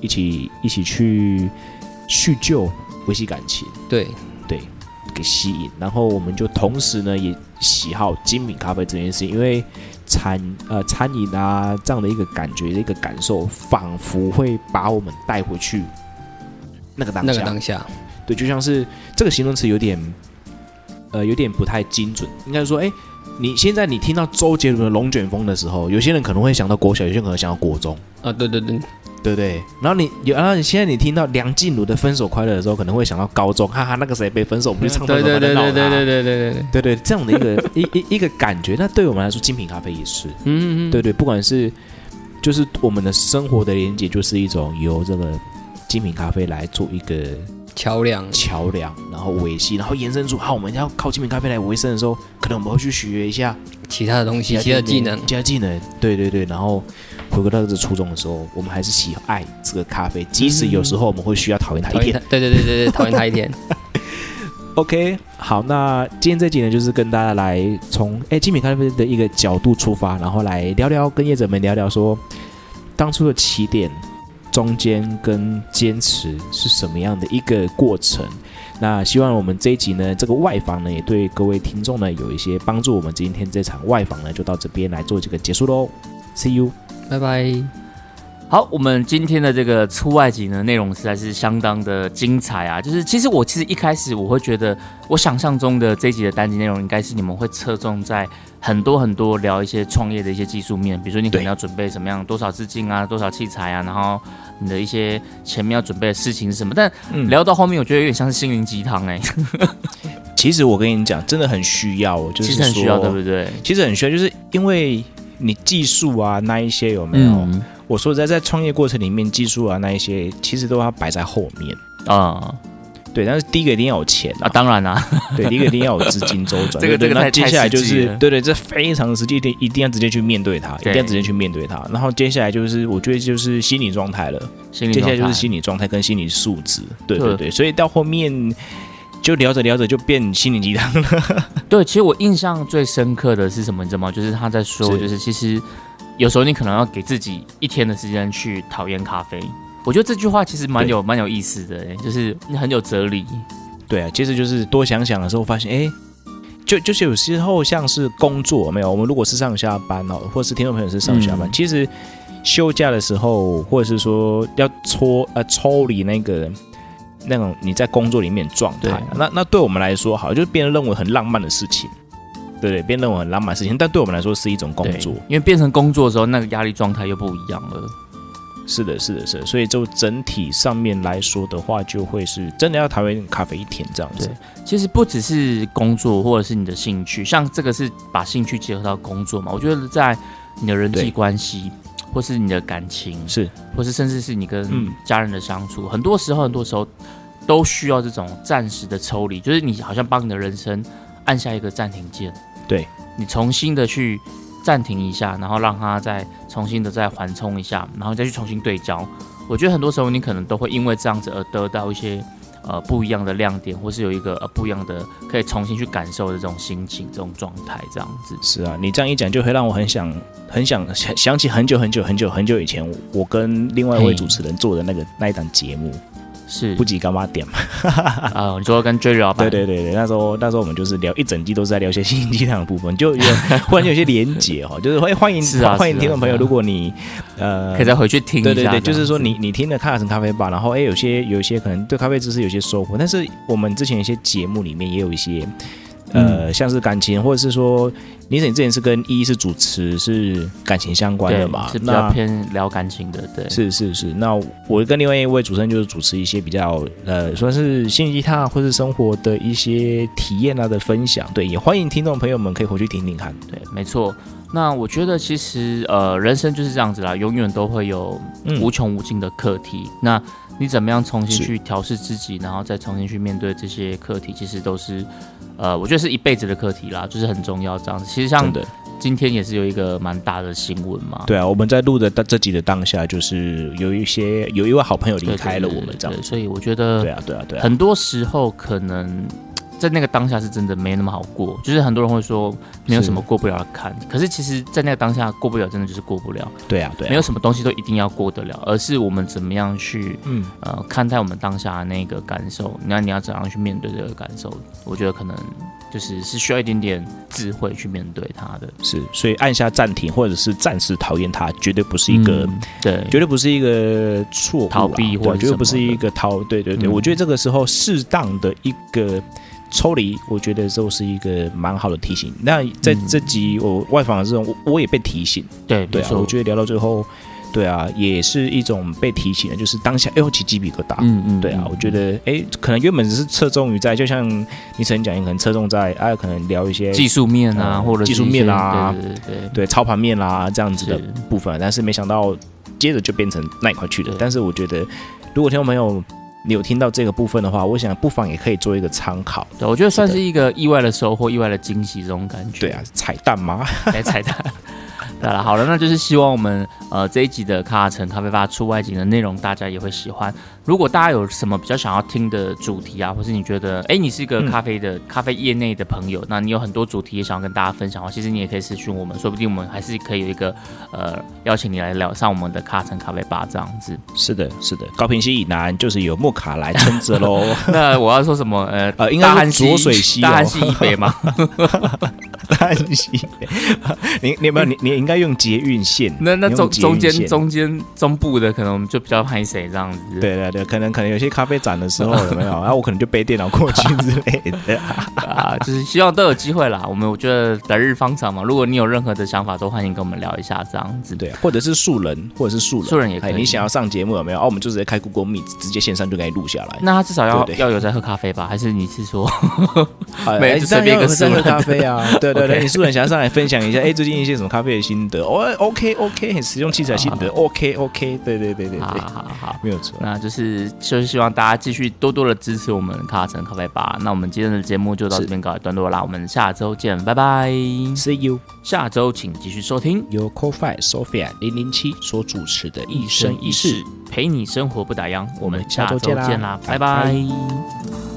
[SPEAKER 1] 一起一起去叙旧，维系感情，
[SPEAKER 2] 对，
[SPEAKER 1] 给吸引。然后我们就同时呢也喜好精品咖啡这件事，因为餐呃餐饮啊这样的一个感觉、一个感受，仿佛会把我们带回去那个当
[SPEAKER 2] 那
[SPEAKER 1] 下。
[SPEAKER 2] 个当下，
[SPEAKER 1] 对，就像是这个形容词有点，呃，有点不太精准。应该说，哎，你现在你听到周杰伦的《龙卷风》的时候，有些人可能会想到国小，有些人可能想到国中，
[SPEAKER 2] 啊，对对对，
[SPEAKER 1] 对不对？然后你有，然后你现在你听到梁静茹的《分手快乐》的时候，可能会想到高中，哈哈，那个谁被分手，我们去唱
[SPEAKER 2] 对
[SPEAKER 1] 分手
[SPEAKER 2] 对
[SPEAKER 1] 快乐闹
[SPEAKER 2] 对对对
[SPEAKER 1] 他
[SPEAKER 2] 对对对对，
[SPEAKER 1] 对对，这样的一
[SPEAKER 2] *laughs*
[SPEAKER 1] 个一一一个感觉。那对我们来说，精品咖啡也是，
[SPEAKER 2] 嗯哼，
[SPEAKER 1] 对对，不管是就是我们的生活的连接，就是一种由这个精品咖啡来做一个
[SPEAKER 2] 桥梁，
[SPEAKER 1] 桥梁，然后维系，然后延伸出好，我们要靠精品咖啡来维生的时候，可能我们会去学一下
[SPEAKER 2] 其他的东西，其他的技能，
[SPEAKER 1] 其他技能，对对对，然后回归到这个初衷的时候，我们还是喜爱这个咖啡，即使有时候我们会需要讨厌它
[SPEAKER 2] 嗯讨
[SPEAKER 1] 一
[SPEAKER 2] 厌他
[SPEAKER 1] 点。，
[SPEAKER 2] 对对对对对，讨厌他一 *laughs* 点，
[SPEAKER 1] OK，好，那今天这集呢，就是跟大家来从哎精品咖啡的一个角度出发，然后来聊聊跟业者们聊聊说当初的起点、中间跟坚持是什么样的一个过程。那希望我们这一集呢，这个外访呢，也对各位听众呢有一些帮助。我们今天这场外访呢，就到这边来做这个结束喽。See you。
[SPEAKER 2] 拜拜。
[SPEAKER 4] 好，我们今天的这个出外景呢，内容实在是相当的精彩啊！就是其实我其实一开始我会觉得，我想象中的这一集的单集内容应该是你们会侧重在很多很多聊一些创业的一些技术面，比如说你可能
[SPEAKER 1] 对
[SPEAKER 4] 要准备什么样多少资金啊，多少器材啊，然后你的一些前面要准备的事情是什么。但
[SPEAKER 1] 嗯
[SPEAKER 4] 聊到后面，我觉得有点像是心灵鸡汤哎，
[SPEAKER 1] 其实我跟你讲，真的很需要，就
[SPEAKER 4] 其
[SPEAKER 1] 是
[SPEAKER 4] 实很需要，
[SPEAKER 1] 说
[SPEAKER 4] 对不对？
[SPEAKER 1] 其实很需要，就是因为你技术啊那一些有没有？
[SPEAKER 4] 嗯
[SPEAKER 1] 我说实在，在创业过程里面，技术啊那一些，其实都要摆在后面。
[SPEAKER 4] 啊、
[SPEAKER 1] 对，但是第一个一定要有钱
[SPEAKER 4] 啊，
[SPEAKER 1] 啊，
[SPEAKER 4] 当然啦、
[SPEAKER 1] 对，第一个一定要有资金周
[SPEAKER 4] *laughs*
[SPEAKER 1] 转。
[SPEAKER 4] 这
[SPEAKER 1] 对
[SPEAKER 4] 个这
[SPEAKER 1] 对
[SPEAKER 4] 个
[SPEAKER 1] 那
[SPEAKER 4] 太
[SPEAKER 1] 接下来就
[SPEAKER 4] 太实际
[SPEAKER 1] 是
[SPEAKER 4] 了
[SPEAKER 1] 对对，这非常实际，一定一定要直接去面对它，一
[SPEAKER 4] 对
[SPEAKER 1] 定要直接去面对它。然后接下来就是，我觉得就是心理状态了，
[SPEAKER 4] 心灵
[SPEAKER 1] 接下来
[SPEAKER 4] 状
[SPEAKER 1] 就是
[SPEAKER 4] 态
[SPEAKER 1] 心理状态跟心理素质。对
[SPEAKER 4] 对
[SPEAKER 1] 对对，所以到后面就聊着聊着就变心灵鸡汤了。
[SPEAKER 4] 对，其实我印象最深刻的是什么，你知道吗？就是他在说，
[SPEAKER 1] 是
[SPEAKER 4] 就是其实有时候你可能要给自己一天的时间去讨厌咖啡。我觉得这句话其实蛮有蛮有意思的、欸，就是很有哲理。
[SPEAKER 1] 对啊，其实就是多想想的时候发现，哎，就就是有时候像是工作有没有，我们如果是上下班哦，或是听众朋友是上下班，
[SPEAKER 4] 嗯
[SPEAKER 1] 其实休假的时候，或者是说要搓呃抽离那个那种你在工作里面的状态啊，那那对我们来说好，就是别人认为很浪漫的事情，对不对？别人认为很浪漫的事情，但对我们来说是一种工
[SPEAKER 4] 对
[SPEAKER 1] 作。
[SPEAKER 4] 因为变成工作的时候，那个压力状态又不一样了。
[SPEAKER 1] 是的，是的，是的，所以就整体上面来说的话，就会是真的要讨厌咖啡一天这样子
[SPEAKER 4] 对。其实不只是工作，或者是你的兴趣，像这个是把兴趣结合到工作嘛。我觉得在你的人际
[SPEAKER 1] 对
[SPEAKER 4] 关系，或是你的感情，
[SPEAKER 1] 是
[SPEAKER 4] 或是甚至是你跟
[SPEAKER 1] 嗯
[SPEAKER 4] 家人的相处，很多时候很多时候都需要这种暂时的抽离，就是你好像帮你的人生按下一个暂停键，
[SPEAKER 1] 对
[SPEAKER 4] 你重新的去暂停一下，然后让它再重新的再缓冲一下，然后再去重新对焦。我觉得很多时候你可能都会因为这样子而得到一些呃不一样的亮点，或是有一个呃不一样的可以重新去感受的这种心情、这种状态，这样子。
[SPEAKER 1] 是啊，你这样一讲，就会让我很想、很想想想起很久很久很久很久以前，我我跟另外一位
[SPEAKER 4] 嘿
[SPEAKER 1] 嗯主持人做的那个那一档节目。
[SPEAKER 4] 是
[SPEAKER 1] 不及干妈点嘛。
[SPEAKER 4] 呃，你说跟 Jerry 老板
[SPEAKER 1] 对对对对，那时候那时候我们就是聊一整季都是在聊一些心灵鸡汤的部分，就有 *laughs* 忽然就有些连结哈，就是欢欢迎
[SPEAKER 4] 是啊
[SPEAKER 1] 欢迎
[SPEAKER 4] 是啊
[SPEAKER 1] 听众朋友，
[SPEAKER 4] 是啊
[SPEAKER 1] 如果你呃
[SPEAKER 4] 可以再回去听一
[SPEAKER 1] 对
[SPEAKER 4] 下这
[SPEAKER 1] 对
[SPEAKER 4] 样
[SPEAKER 1] 对，
[SPEAKER 4] 子，
[SPEAKER 1] 就是说你你听了卡尔森咖啡吧，然后哎有些有些可能对咖啡知识有些收获，但是我们之前一些节目里面也有一些
[SPEAKER 4] 嗯
[SPEAKER 1] 呃、像是感情或者是说，林晨你之前是跟一是主持是感情相关
[SPEAKER 4] 对
[SPEAKER 1] 的嘛，
[SPEAKER 4] 是比较
[SPEAKER 1] 那
[SPEAKER 4] 偏聊感情的，对，
[SPEAKER 1] 是是是，那我跟另外一位主持人就是主持一些比较呃，算是心灵鸡汤啊或是生活的一些体验啊的分享，对，也欢迎听众朋友们可以回去听听看。
[SPEAKER 4] 对，没错。那我觉得其实呃，人生就是这样子啦，永远都会有
[SPEAKER 1] 嗯
[SPEAKER 4] 无穷无尽的课题。那你怎么样重新
[SPEAKER 1] 是
[SPEAKER 4] 去调试自己，然后再重新去面对这些课题，其实都是呃，我觉得是一辈子的课题啦，就是很重要这样子。其实像
[SPEAKER 1] 真的，
[SPEAKER 4] 今天也是有一个蛮大的新闻嘛，
[SPEAKER 1] 对啊，我们在录的当这集的当下，就是有一些有一位好朋友
[SPEAKER 4] 对，
[SPEAKER 1] 离开了
[SPEAKER 4] 对
[SPEAKER 1] 我们这样
[SPEAKER 4] 对
[SPEAKER 1] 子。
[SPEAKER 4] 所以我觉得
[SPEAKER 1] 对啊，对啊，对啊，
[SPEAKER 4] 很多时候可能在那个当下是真的没那么好过，就是很多人会说没有什么过不了的坎，可是其实，在那个当下过不了，真的就是过不了，
[SPEAKER 1] 对啊，对
[SPEAKER 4] 没
[SPEAKER 1] 啊
[SPEAKER 4] 有，什么东西都一定要过得了，而是我们怎么样去
[SPEAKER 1] 嗯，
[SPEAKER 4] 呃看待我们当下的那个感受，那你要怎样去面对这个感受？我觉得可能就是是需要一点点智慧去面对它的，
[SPEAKER 1] 是，所以按下暂停或者是暂时讨厌他，绝对不是一个。
[SPEAKER 4] 嗯对
[SPEAKER 1] 绝对不是一个错误啦
[SPEAKER 4] 逃避或
[SPEAKER 1] 对啊
[SPEAKER 4] 者
[SPEAKER 1] 绝对不
[SPEAKER 4] 什
[SPEAKER 1] 是
[SPEAKER 4] 么的
[SPEAKER 1] 一个逃，对对对，
[SPEAKER 4] 嗯
[SPEAKER 1] 我觉得这个时候适当的一个抽离，我觉得都是一个蛮好的提醒。那在
[SPEAKER 4] 嗯
[SPEAKER 1] 这集我外访的这种，我我也被提醒，
[SPEAKER 4] 对
[SPEAKER 1] 对啊，我觉
[SPEAKER 4] 得
[SPEAKER 1] 得聊到最后，对啊，也是一种被提醒的，就是当下哎呦起鸡皮疙瘩。
[SPEAKER 4] 嗯嗯
[SPEAKER 1] 对啊，
[SPEAKER 4] 嗯
[SPEAKER 1] 我觉得哎，可能原本只是侧重于在，就像你曾经讲，你可能侧重在啊，可能聊一些
[SPEAKER 4] 技术面啊，
[SPEAKER 1] 嗯
[SPEAKER 4] 或者是
[SPEAKER 1] 技术
[SPEAKER 4] 一些
[SPEAKER 1] 面啊
[SPEAKER 4] 对对对对
[SPEAKER 1] 对操盘面啦这样子的
[SPEAKER 4] 是
[SPEAKER 1] 部分，啊但是没想到接着就变成那一块去了
[SPEAKER 4] 对。
[SPEAKER 1] 但是我觉得，如果听众朋友你有听到这个部分的话，我想不妨也可以做一个参考。
[SPEAKER 4] 对，我觉得算
[SPEAKER 1] 是
[SPEAKER 4] 是一个意外的收获、意外的惊喜这种感觉。
[SPEAKER 1] 对啊，彩蛋吗？
[SPEAKER 4] *laughs* 来彩蛋。 *laughs* 对了，好了，那就是希望我们呃这一集的卡城咖啡吧出外景的内容，大家也会喜欢。如果大家有什么比较想要听的主题啊，或是你觉得哎你是一个
[SPEAKER 1] 嗯
[SPEAKER 4] 咖啡的、咖啡业内的朋友，那你有很多主题也想要跟大家分享的话，其实你也可以私讯我们，说不定我们还是可以有一个呃邀请你来聊上我们的卡城咖啡吧这样
[SPEAKER 1] *laughs*
[SPEAKER 4] 子。
[SPEAKER 1] 是的，是的，高平溪以南就是由莫卡来撑着 *laughs*
[SPEAKER 4] *laughs*
[SPEAKER 1] 喽。
[SPEAKER 4] 那我要说什么？呃
[SPEAKER 1] 呃应该
[SPEAKER 4] 大
[SPEAKER 1] 说
[SPEAKER 4] 汉溪
[SPEAKER 1] 浊水溪
[SPEAKER 4] 大
[SPEAKER 1] 哦
[SPEAKER 4] 汉溪以北吗？
[SPEAKER 1] 担心， *laughs* 你你有没有你你应该用捷运线，
[SPEAKER 4] 那那
[SPEAKER 1] 你
[SPEAKER 4] 中
[SPEAKER 1] 用捷运
[SPEAKER 4] 中间
[SPEAKER 1] 线
[SPEAKER 4] 中间中部的可能我们就比较拍谁这样子。
[SPEAKER 1] 对对对，可能可能有些咖啡展的时
[SPEAKER 4] *laughs*
[SPEAKER 1] 候有没有？然后我可能就背电脑过去之类的。
[SPEAKER 4] 啊，就是希望都有机会啦。我们我觉得来日方长嘛，如果你有任何的想法，都欢迎跟我们聊一下这样子。
[SPEAKER 1] 对，或者是素人，或者是素人，
[SPEAKER 4] 啊素人也可以
[SPEAKER 1] 哎你想要上节目有没有？哦，我们就直接开 Google Meet，直接线上就给你录下来。
[SPEAKER 4] 那他至少要
[SPEAKER 1] 对对
[SPEAKER 4] 要有在喝咖啡吧？还是你
[SPEAKER 1] *laughs*
[SPEAKER 4] 是说 *laughs*
[SPEAKER 1] 哎
[SPEAKER 4] 没
[SPEAKER 1] 哎
[SPEAKER 4] 就
[SPEAKER 1] 当
[SPEAKER 4] 随
[SPEAKER 1] 然
[SPEAKER 4] 便一
[SPEAKER 1] 要
[SPEAKER 4] 个
[SPEAKER 1] 喝
[SPEAKER 4] 素
[SPEAKER 1] 喝
[SPEAKER 4] 人
[SPEAKER 1] 咖啡啊，
[SPEAKER 4] *laughs*
[SPEAKER 1] 对对
[SPEAKER 4] OK
[SPEAKER 1] 对，你素人想要上来分享一下，哎，最近一些什么咖啡的心得？哦，OK OK，很实用器材心得，OK OK，对对对对
[SPEAKER 4] 好
[SPEAKER 1] 对，
[SPEAKER 4] 好好，
[SPEAKER 1] 没有错。
[SPEAKER 4] 那就是就是希望大家继续多多的支持我们卡城咖啡吧。那我们今天的节目就到这边告一段落啦，我们下周见，拜拜。
[SPEAKER 1] See you,
[SPEAKER 4] 下周请继续收听《
[SPEAKER 1] 由 CoFi Sophia 零零七所主持的
[SPEAKER 4] 一生一世》，陪你生活不打烊。我们
[SPEAKER 1] 下
[SPEAKER 4] 下
[SPEAKER 1] 周
[SPEAKER 4] 周
[SPEAKER 1] 见啦
[SPEAKER 4] 见啦，
[SPEAKER 1] 拜
[SPEAKER 4] 拜拜